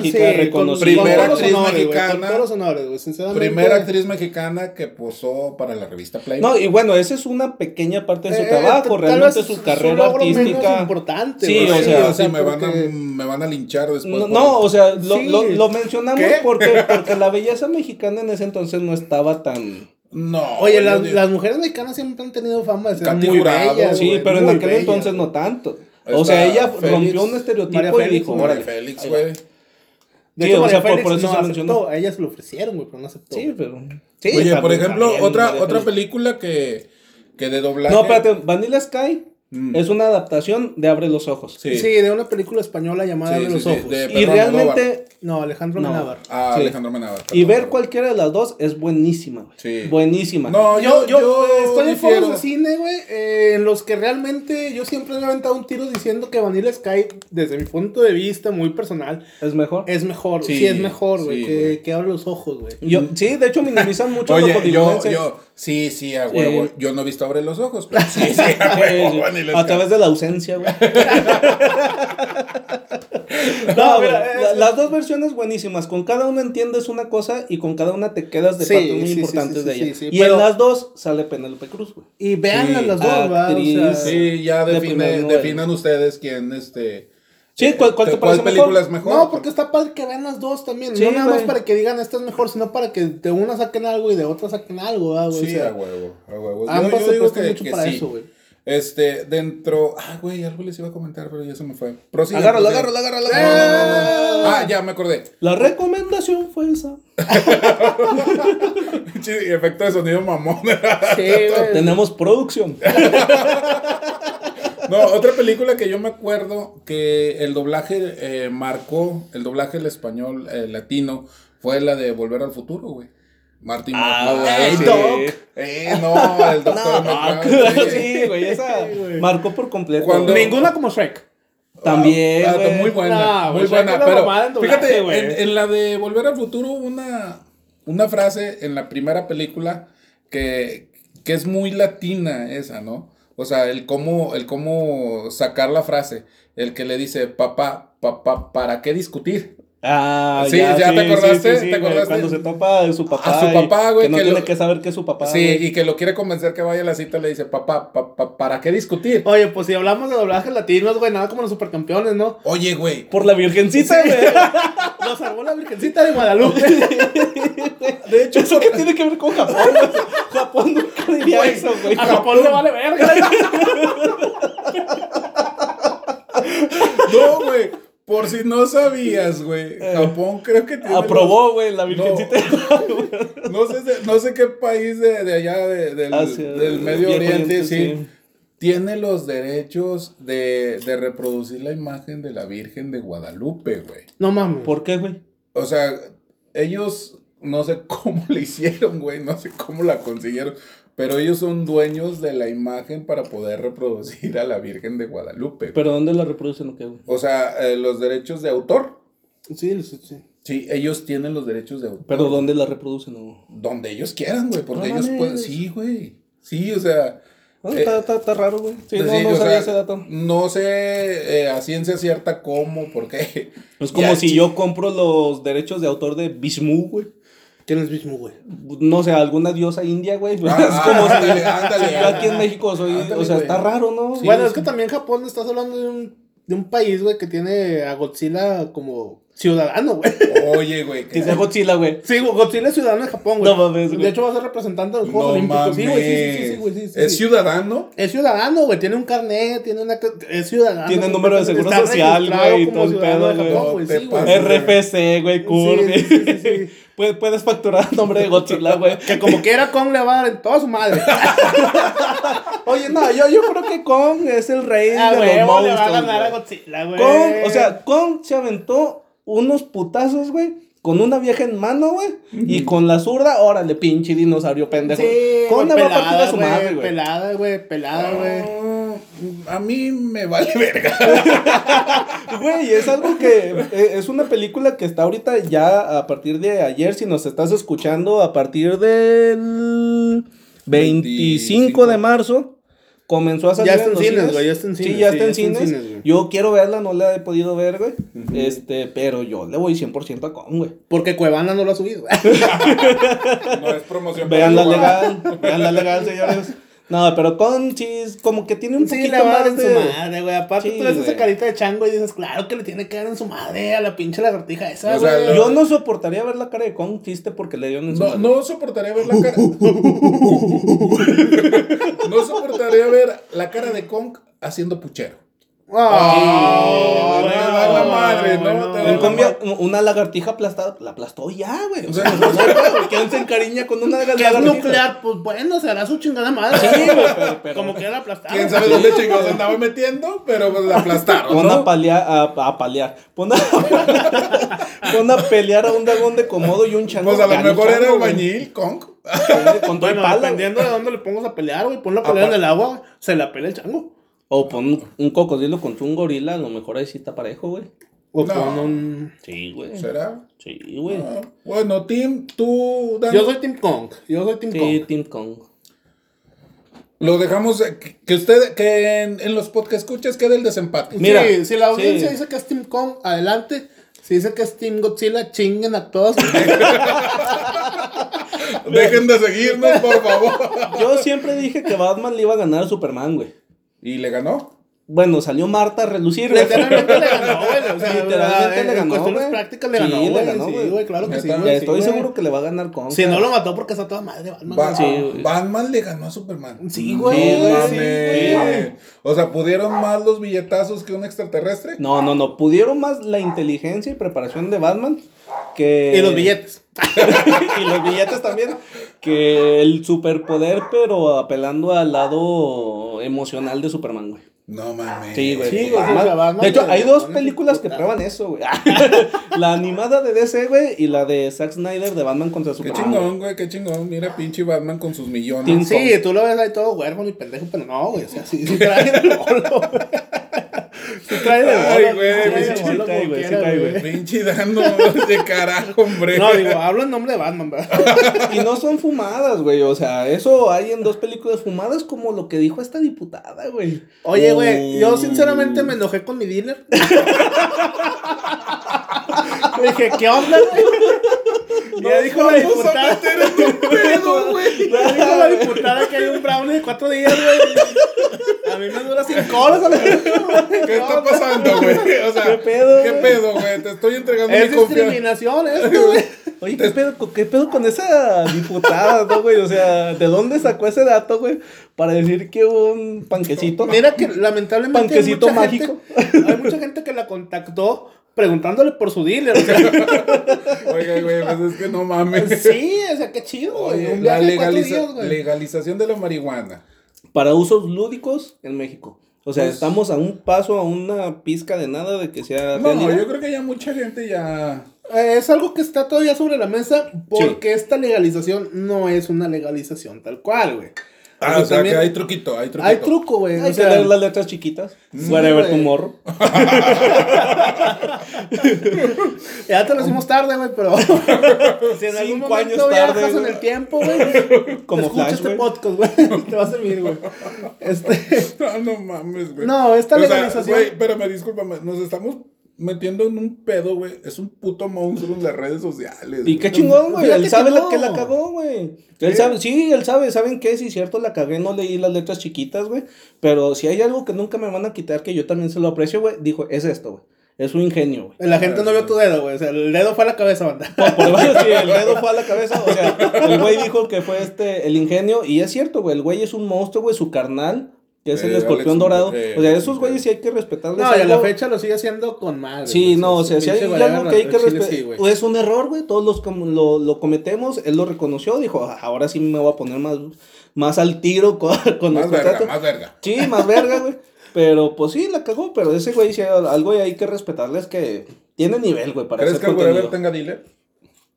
S1: mexi-
S3: Sí,
S1: Chica
S3: con-
S1: reconocida.
S3: con
S2: Primera
S3: todos los
S2: actriz
S3: honores, güey, con
S2: mexicana.
S3: todos los honores, güey, sinceramente.
S2: primera actriz mexicana que posó para la revista Playboy.
S1: No, y bueno, esa es una pequeña parte de su
S3: Eh,
S1: trabajo,
S3: tal
S1: realmente
S3: vez
S1: su
S3: su
S1: carrera
S3: logro menos
S1: artística.
S3: importante,
S1: sí,
S3: güey.
S1: o
S2: Sí,
S1: sea,
S2: o sea, me, van a,
S3: porque-
S2: me van a linchar después.
S1: No,
S2: Pues, por
S1: no,
S2: eso.
S1: o sea, lo,
S3: Sí.
S1: lo- lo mencionamos
S2: ¿Qué?
S1: porque, porque la belleza mexicana en ese entonces no estaba tan...
S2: no.
S3: Oye,
S2: yo
S3: las,
S2: digo-
S3: las mujeres mexicanas siempre han tenido fama de ser
S2: Katy
S3: muy
S2: Jurado,
S3: bellas.
S1: Sí,
S3: güey,
S1: pero en
S3: muy
S1: aquel
S3: bellas.
S1: entonces no tanto.
S2: Está
S1: O sea, ella
S2: Félix,
S1: rompió un estereotipo
S3: María
S1: y
S3: Félix,
S1: dijo,
S2: Pobre
S1: órale.
S2: Félix, güey.
S3: De
S1: Sí,
S3: hecho,
S1: o
S3: María
S1: sea, por-
S3: Félix
S1: por eso
S3: no
S1: se
S3: aceptó.
S1: mencionó.
S3: A ella se lo ofrecieron, güey, pero no aceptó.
S1: Sí, pero... Sí,
S2: Oye, por
S1: también,
S2: ejemplo,
S1: también,
S2: otra,
S1: María
S2: otra
S1: Félix.
S2: película que, que de doblaje.
S1: No, espérate, Vanilla Sky
S2: Mm.
S1: es una adaptación de Abre los Ojos.
S2: Sí.
S3: Sí, de una película española llamada
S2: Sí,
S3: De
S2: sí,
S3: los
S2: sí,
S3: Ojos.
S2: de-
S1: Y
S2: Pedro
S1: realmente,
S2: Almodóvar.
S3: No, Alejandro
S1: No.
S3: Menábar.
S2: Ah,
S1: Sí.
S2: Alejandro Menábar.
S1: y
S2: perdón,
S1: ver
S2: perdón.
S1: cualquiera de las dos es buenísima, güey.
S2: Sí.
S1: Buenísima.
S2: No,
S3: Yo, yo, eh, estoy en
S2: difiero.
S3: foros de cine, güey, eh, en los que realmente yo siempre me he aventado un tiro diciendo que Vanilla Sky, desde mi punto de vista muy personal,
S1: Es mejor.
S2: Eh,
S3: es mejor.
S2: Sí,
S3: Sí, es mejor, güey,
S2: sí, güey.
S3: que, que abre los ojos, güey.
S1: Yo, sí, de hecho minimizan mucho los
S2: *laughs* Oye, yo,
S1: hollywoodenses.
S2: yo, sí, sí, a huevo.
S1: Sí.
S2: Yo no he visto abre los ojos, pero sí,
S1: *laughs*
S2: sí,
S1: Sí,
S2: a
S1: sí. Ah,
S2: huevo. Vanilla
S1: A
S2: Sky.
S1: través de la ausencia, güey. No, mira,
S3: No, mira,
S1: la-
S3: es-
S1: las dos versiones buenísimas. Con cada una entiendes una cosa y con cada una te quedas de
S3: Sí,
S1: partes muy
S3: sí, sí,
S1: importantes
S3: sí,
S1: de
S3: sí,
S1: ella.
S3: sí,
S1: y
S3: pero-
S1: en las dos sale Penélope Cruz, güey.
S3: Y véanlas
S2: Sí,
S3: las dos, ¿verdad? O sea,
S1: actriz,
S2: Sí, ya
S1: La
S2: define-
S1: primera novela.
S2: definan ustedes quién, este...
S1: Sí, ¿cuál, cuál te parece mejor?
S2: película es mejor?
S3: No, porque está padre que vean las dos también.
S1: Sí,
S3: no nada
S1: güey.
S3: más para que digan esta es mejor, sino para que de una saquen algo y de otra saquen algo, ¿verdad, güey? O
S2: Sí,
S3: sea,
S2: a huevo, a huevo. Yo-
S3: ambas
S2: yo
S3: se
S2: digo
S3: prestan
S2: que-
S3: mucho
S2: que
S3: para
S2: sí.
S3: eso, güey.
S2: Este, dentro... Ah, güey, algo les iba a comentar, pero ya se me fue. Prosigan,
S1: Agárralo,
S2: prosigan.
S1: agárralo, agárralo,
S2: No, no, no,
S1: agárralo.
S3: ¡Eh!
S2: no, no. Ah, ya, me acordé. *laughs*
S1: La recomendación fue esa.
S2: Sí, efecto de sonido mamón. *laughs*
S3: Sí, güey.
S1: Tenemos producción.
S2: No, otra película que yo me acuerdo que el doblaje eh, marcó, el doblaje el español eh, latino, fue la de Volver al Futuro, güey. Martín
S1: Ah,
S2: McFly,
S1: güey,
S2: sí.
S1: Doc.
S2: Eh, no, el doctor
S1: Ah,
S2: McFly, sí.
S1: *laughs* sí, güey, esa
S3: Sí, güey.
S1: marcó por completo.
S2: Cuando-
S1: güey.
S3: Ninguna como Shrek.
S1: También,
S2: Ah,
S1: güey.
S2: muy buena,
S3: No,
S2: muy
S3: güey,
S2: buena.
S3: saca la
S2: Pero
S3: mamada en doblaje,
S2: fíjate, en,
S3: güey.
S2: en la de Volver al Futuro, una, una frase en la primera película que, que es muy latina esa, ¿no? O sea, el cómo, el cómo sacar la frase. El que le dice, papá, papá, ¿para qué discutir?
S1: Ah,
S2: Sí, ya te acordaste, te
S1: güey,
S2: acordaste.
S1: Cuando se topa de su papá.
S2: A su
S1: y
S2: papá, güey,
S1: Que no
S2: que lo-
S1: tiene que saber que es su papá.
S2: sí,
S1: güey.
S2: y que lo quiere convencer que vaya a la cita, le dice, papá, papá, ¿para qué discutir?
S3: Oye, pues si hablamos de doblajes latinos, güey, nada como los supercampeones, ¿no?
S2: Oye, güey,
S1: Por la virgencita, güey.
S2: *laughs*
S3: Lo salvó la Virgencita de Guadalupe.
S1: *laughs* De hecho, ¿eso qué tiene que ver con Japón? güey? Japón nunca diría
S3: Güey,
S1: eso, güey.
S3: A Japón le vale verga.
S2: *laughs*
S1: *laughs*
S2: No, güey. Por si no sabías, güey. Japón creo que tiene
S1: Aprobó, güey, la virgencita.
S2: los- no, sé, de- no sé qué país de, de allá de- del,
S1: Hacia
S2: del
S1: Ah, el
S2: Medio
S1: Viejo
S2: Oriente,
S1: Oriente,
S2: sí,
S1: sí.
S2: Tiene los derechos de, de reproducir la imagen de la Virgen de Guadalupe, güey.
S3: No mames.
S1: ¿Por qué, güey?
S2: O sea, ellos no sé *laughs* cómo le hicieron, güey. No sé cómo la consiguieron. Pero ellos son dueños de la imagen para poder reproducir a la Virgen de Guadalupe.
S1: ¿Pero dónde la reproducen o qué, güey?
S2: O sea, eh, los derechos de autor.
S3: Sí, sí, sí.
S2: Sí, ellos tienen los derechos de autor.
S1: ¿Pero dónde la reproducen o...?
S2: Donde ellos quieran, güey, porque
S1: No
S2: ellos
S1: mames.
S2: pueden... Sí, güey. Sí, o sea...
S1: Ah,
S2: eh, pues
S1: está, está, está raro, güey. Sí, no,
S2: sí,
S1: no
S2: o
S1: sabía
S2: sea,
S1: ese dato.
S2: No sé eh, a ciencia cierta cómo, por qué.
S1: Es como
S2: Ya,
S1: si
S2: chi-
S1: yo compro los derechos de autor de Vishnu, güey.
S3: ¿Quién es Vishnu, güey?
S1: No sé, alguna diosa india, güey.
S2: Ah,
S1: *laughs* es como si-
S2: ándale,
S1: si,
S2: ándale,
S1: yo *laughs* aquí en
S2: ándale.
S1: México soy...
S2: Ándale,
S1: o sea,
S2: güey.
S1: está raro, ¿no?
S2: Sí,
S3: Pues bueno,
S2: sí.
S3: es que también Japón estás hablando de un, de un país, güey, que tiene a Godzilla como ciudadano, güey. *laughs*
S2: Oye, güey. que-
S1: Dice Godzilla, güey.
S3: Sí, güey, Godzilla es ciudadano de Japón, güey.
S1: No mames, güey.
S3: De hecho, va a ser representante de los Juegos
S2: No
S3: Olímpicos.
S2: mames.
S3: Sí, güey, sí, sí, sí, sí, güey, sí, sí,
S2: ¿Es
S3: sí.
S2: ciudadano?
S3: Es ciudadano, güey, tiene un carnet, tiene una... Es ciudadano.
S1: Tiene
S3: güey,
S1: número de seguro
S3: está
S1: social,
S3: registrado
S1: güey, y
S3: como
S1: todo el
S3: ciudadano
S1: pedo,
S3: de
S1: güey.
S3: Japón, güey,
S2: No te
S3: sí, güey.
S2: pases.
S1: RFC, güey, Curve.
S3: Sí, sí,
S1: *laughs*
S3: sí, sí.
S1: Puedes, puedes facturar el nombre de Godzilla, güey. *laughs*
S3: Que como quiera Kong le va a dar en toda su madre. *laughs* Ah,
S1: Oye, no, yo, yo creo que Kong es el rey
S3: Ah,
S1: de
S3: güey,
S1: los
S3: le va a
S1: monstruos,
S3: ganar a
S1: güey.
S3: Godzilla, güey.
S1: Kong, o sea, Kong se aventó unos putazos, güey. Con una vieja en mano, güey. Y con la zurda, órale, pinche dinosaurio pendejo.
S3: sí,
S1: Kong
S3: güey,
S1: le va a partir a
S3: pelada,
S1: su madre,
S3: güey.
S1: güey.
S3: Pelada, güey, pelada, Ah, güey.
S2: Mm, A mí me vale verga.
S1: Güey, es algo que eh, es una película que está ahorita ya a partir de ayer, si nos estás escuchando, a partir del 25 de marzo. Comenzó a salir
S3: Ya está en
S1: los
S3: cines, güey, ya está en
S1: Sí,
S3: cines,
S1: ya
S3: sí,
S1: está en cines.
S3: güey.
S1: yo quiero verla, no la he podido ver, güey. Este, pero yo le voy 100% a con, güey.
S3: Porque Cuevana no lo ha subido.
S2: No es promoción. para
S1: Vean la
S2: Cuba.
S1: legal, vean la legal, señores. No, pero con sí, es como que tiene un
S3: *laughs* Sí,
S1: poquito
S3: le va a dar
S1: más
S3: en su
S1: de-
S3: madre, güey. Aparte,
S1: Sí,
S3: tú ves esa
S1: güey.
S3: carita de chango y dices, claro que le tiene que dar en su madre a la pinche lagartija esa,
S2: O sea,
S3: güey.
S2: lo-
S1: Yo no soportaría ver la cara de Kong chiste porque le dieron en su
S2: No,
S1: madre.
S2: no soportaría ver la cara. *laughs* no soportaría ver la cara de Kong haciendo puchero.
S3: Ah,
S2: Sí,
S3: güey,
S2: te da la
S3: no,
S2: madre, ¿no?
S3: güey,
S2: Te da
S1: En
S2: la
S1: cambio, una lagartija aplastada, la aplastó ya, güey.
S2: *laughs*
S1: O sea,
S2: Sí.
S1: no, güey, ¿quién se encariña con una
S3: Que es
S1: lagartija?
S3: nuclear, pues bueno, se hará su chingada madre.
S1: güey, pero- pero-
S3: Como que la aplastada.
S2: Quién sabe dónde chingados andaba metiendo, pero pues la aplastaron.
S1: Pon a
S2: ¿no?
S1: palear, a, a palear. Pon a, *laughs* pon a pelear a un dragón de comodo y un chango.
S2: Pues a lo
S1: Ya, un
S2: mejor era
S1: chango, güey.
S2: albañil, Kong.
S1: Con- Con todo el
S3: Bueno,
S1: palo. Ah, güey.
S3: dependiendo de dónde le pongas a pelear, güey. Ponlo a pelear en
S2: Aparte-
S3: el agua, se la pelea el chango.
S1: O pon un cocodrilo contra un gorila, a lo mejor ahí sí está parejo, güey.
S3: O
S2: No.
S3: pon un...
S1: Sí, güey.
S2: ¿Será?
S1: Sí, güey.
S2: Ah, Bueno, Tim, tú, Dani.
S3: Yo soy Team Kong. Yo soy Team
S1: Sí,
S3: Kong.
S1: Team Kong.
S2: Lo dejamos, eh, que- que usted, que en, en los podcast escuchas quede el desempate.
S1: Mira,
S3: Sí, si la
S1: sí.
S3: audiencia dice que es Team Kong, adelante. Si dice que es Team Godzilla, chinguen
S1: *laughs*
S3: a todos.
S2: *laughs* Dejen de seguirnos, por favor. *laughs*
S1: Yo siempre dije que Batman le iba a ganar a Superman, güey.
S2: ¿Y le ganó?
S1: Bueno, salió Marta a relucir, güey.
S3: Literalmente le ganó, güey. O sea,
S1: Literalmente
S3: en-
S1: le
S3: en
S1: ganó,
S3: cuestiones
S1: güey.
S3: prácticas le
S1: Sí,
S3: ganó,
S1: le
S3: güey.
S1: ganó,
S3: Sí,
S1: güey.
S3: güey, claro que sí,
S2: Neta,
S3: güey.
S1: Ya
S3: sí,
S1: estoy
S3: güey.
S1: seguro que le va a ganar con.
S3: Si no lo mató porque está toda madre, Batman.
S2: Ba-
S1: Sí, güey.
S2: Batman le ganó a Superman.
S3: Sí, güey.
S2: No
S3: güey, sí,
S2: mames.
S3: güey.
S2: O sea, ¿pudieron más los billetazos que un extraterrestre?
S1: No, no, no. Pudieron más la inteligencia y preparación de Batman que.
S3: Y los billetes.
S1: *laughs* y los billetes también. Que el superpoder, pero apelando al lado emocional de Superman, güey.
S2: No mames.
S1: Sí, güey.
S3: Sí, güey, sí,
S1: Más-
S3: o sea, Batman
S1: de hecho,
S3: le-
S1: hay
S3: le
S1: dos
S3: ponen
S1: películas
S3: sus
S1: que
S3: putazos.
S1: prueban eso, güey. *laughs* la animada de DC, güey, y la de Zack Snyder de Batman contra
S2: Qué
S1: Superman. güey.
S2: chingón, güey, qué chingón. Mira, pinche Batman con sus
S1: Tin-
S2: millones.
S3: Sí, tú lo ves ahí todo huérfano y pendejo, pero no, güey. O sea, sí, sí trae el bolo, güey. Sí trae el
S2: Ay,
S3: bolo,
S2: güey,
S3: sí trae el
S1: sí
S3: bolo
S1: cae,
S3: como
S1: güey, sí
S3: quiera,
S1: cae,
S3: güey.
S1: güey.
S2: Pinche dando *laughs* de carajo, hombre.
S3: No, digo, "Ah, hablo en nombre de Batman, ¿verdad?
S1: Y no son fumadas, güey. O sea, eso hay en dos películas fumadas como lo que dijo esta diputada, güey.
S3: Oye, güey, yo
S1: Oh.
S2: Mm.
S3: sinceramente me enojé con mi dealer. *laughs* Le dije, ¿qué onda, güey? Ya dijo la
S2: Vamos a
S3: diputada.
S2: meter en
S3: *laughs*
S2: un pedo, güey.
S3: Ya dijo la diputada que hay un brownie de cuatro días, güey. A mí me dura cinco horas. a la vez.
S2: ¿Qué está pasando,
S3: *laughs*
S2: güey? O sea,
S1: ¿Qué pedo,
S2: ¿Qué
S1: güey?
S2: pedo, güey? Te estoy entregando
S3: Es
S2: mi confianza.
S3: discriminación esto, güey.
S1: Oye, ¿qué pedo, co- ¿qué pedo con esa diputada, *laughs* no, güey? O sea, ¿de dónde sacó ese dato, güey? Para decir que un panquecito.
S3: Mira que lamentablemente
S1: Panquecito
S3: hay mucha
S1: mágico.
S3: gente- hay mucha gente que la contactó preguntándole por su dealer.
S1: *laughs*
S3: o sea,
S2: *laughs* Oiga, güey, pues es que no mames.
S3: sí, o sea, qué chido, güey.
S2: *laughs* Oye,
S3: Un
S2: la
S3: viaje de cuatro
S2: legaliza-
S3: días, güey.
S2: legalización de la marihuana.
S1: Para usos lúdicos en México. O sea,
S2: Pues-
S1: estamos a un paso, a una pizca de nada de que sea
S2: No,
S1: realidad.
S2: yo creo que ya mucha gente ya.
S3: Eh, Es algo que está todavía sobre la mesa porque esta legalización no es una legalización tal cual, güey.
S2: Ah,
S3: Porque
S2: o sea,
S3: también-
S2: que hay truquito, hay truquito.
S3: hay truco, güey.
S1: Hay
S3: o
S1: que
S3: sea,
S1: leer las letras chiquitas.
S3: Sí,
S1: para ver tu
S3: güey.
S1: morro.
S3: Ya te lo hicimos tarde, güey, pero si en algún
S1: Cinco
S3: momento
S1: años tarde,
S3: viajas en
S1: güey.
S3: el tiempo,
S1: *laughs*
S3: güey,
S1: Como
S3: escucha
S1: Flash,
S3: este
S1: güey.
S3: podcast, güey, *laughs* te va a servir, güey.
S1: *laughs*
S3: Este,
S2: Ah, *laughs* no mames, güey.
S3: No, esta
S2: O sea,
S3: legalización-
S2: Güey, espérame, discúlpame. Nos estamos metiendo en un pedo, güey. Es un puto monstruo en las redes sociales.
S1: Y qué
S2: güey.
S1: chingón, güey.
S3: Fíjate
S1: Él sabe
S3: que
S1: la-
S3: no.
S1: que la cagó, güey. Él sabe, sí, él sabe, ¿saben qué? Si cierto la cagué, no leí las letras chiquitas, güey. Pero si hay algo que nunca me van a quitar, que yo también se lo aprecio, güey, dijo, es esto, güey. Es un ingenio, güey. *laughs*
S3: la gente
S1: Ah.
S3: no vio tu dedo, güey, o sea, el dedo fue a la cabeza, banda.
S1: Por, por debajo, sí, el dedo fue a la cabeza. O sea, el güey dijo que fue este, el ingenio. Y es cierto, güey. El güey es un monstruo, güey. Su carnal, que es
S2: Eh,
S1: el escorpión
S2: Alex,
S1: dorado.
S2: eh,
S1: o sea, esos güeyes
S2: eh.
S1: sí hay que respetarles.
S3: No, y a la
S1: algo.
S3: fecha lo sigue haciendo con madre.
S1: Sí,
S3: güey,
S1: no, o
S3: su
S1: sea, si hay
S3: pinche Guayana
S1: algo que hay que
S3: al chile
S1: respetar,
S3: sí, güey.
S1: es un error, güey, todos los com- lo, lo cometemos, él lo reconoció, dijo, "Ah, ahora sí me voy a poner más, más al tiro *laughs* con, con los
S2: Más verga,
S1: contratos.
S2: más verga.
S1: Sí, más verga, güey. Pero pues sí, la cagó, pero ese güey, si hay algo hay que respetarles que tiene nivel, güey, para
S2: ¿Crees
S1: hacer
S2: que el Wherever
S1: contenido.
S2: tenga dealer?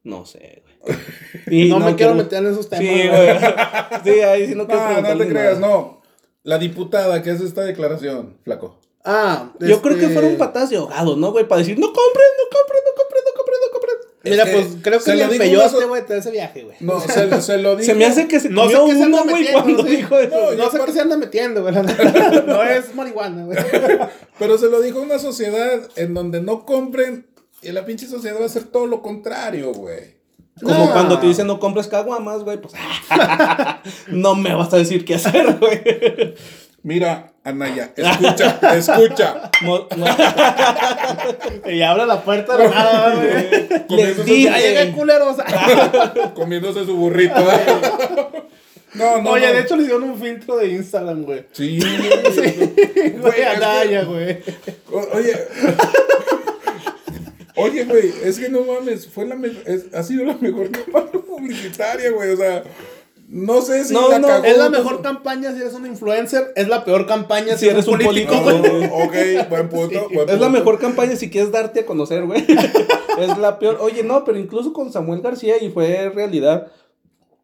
S1: No sé,
S3: *laughs*
S1: güey. Y
S3: no, me quiero
S1: quiero-
S3: meter en esos temas.
S1: Sí, güey. *laughs* Sí, ahí
S3: *laughs*
S1: sí no quiero
S2: No, no
S1: preguntarle
S2: te creas,
S1: nada.
S2: no. La diputada que hace esta declaración, flaco.
S3: Ah,
S1: Yo creo que
S3: este,
S1: fueron patadas de ahogado, ¿no, güey? Para decir, no compren, no compren, no compren, no compren, no compren.
S3: Mira,
S2: Es que
S3: pues creo que
S2: se
S3: el
S2: lo digo
S3: empeyote,
S2: más-
S3: güey, te da ese viaje, güey.
S2: No, *laughs* se, se lo digo.
S1: Se me hace que se
S3: No sé
S1: comió
S3: qué se
S1: uno,
S3: anda
S1: güey,
S3: metiendo,
S1: cuando
S3: sí.
S1: dijo eso.
S2: No,
S3: No sé
S2: aparte-
S3: qué se anda metiendo, güey. la neta. No es marihuana, güey.
S2: Pero se lo dijo una sociedad en donde no compren y la pinche sociedad va a hacer todo lo contrario, güey.
S1: Como
S3: No.
S1: cuando te dicen no compres caguamas, güey, pues *laughs* no me vas a decir qué hacer, güey.
S2: Mira, Anaya,
S1: *laughs*
S2: escucha, escucha.
S1: Mo- mo-
S3: Y abre la puerta de la *laughs* nada, güey.
S1: Les
S2: Comiéndose
S1: dije.
S3: Ya llega el culero, o sea.
S2: su, comiéndose su burrito. ¿eh? No, no.
S3: Oye,
S2: no.
S3: de hecho le hicieron un filtro de Instagram, güey.
S2: Sí, güey. Güey,
S3: Güey,
S2: es que-
S3: Anaya, güey.
S2: O- Oye. Oye, güey, es que no mames, fue la me- es- ha sido la mejor campaña publicitaria, güey. O sea, no pues, sé si
S1: No,
S2: la
S1: no,
S2: cagó.
S3: Es la mejor campaña si eres un influencer. Es la peor campaña si, eres un político,
S1: campaña,
S2: No,
S3: güey.
S2: Ah, ok, buen punto. buen
S1: es la
S2: punto.
S1: mejor campaña si quieres darte a conocer, *laughs* güey. Es la peor. Oye, no, pero incluso con Samuel García y fue realidad.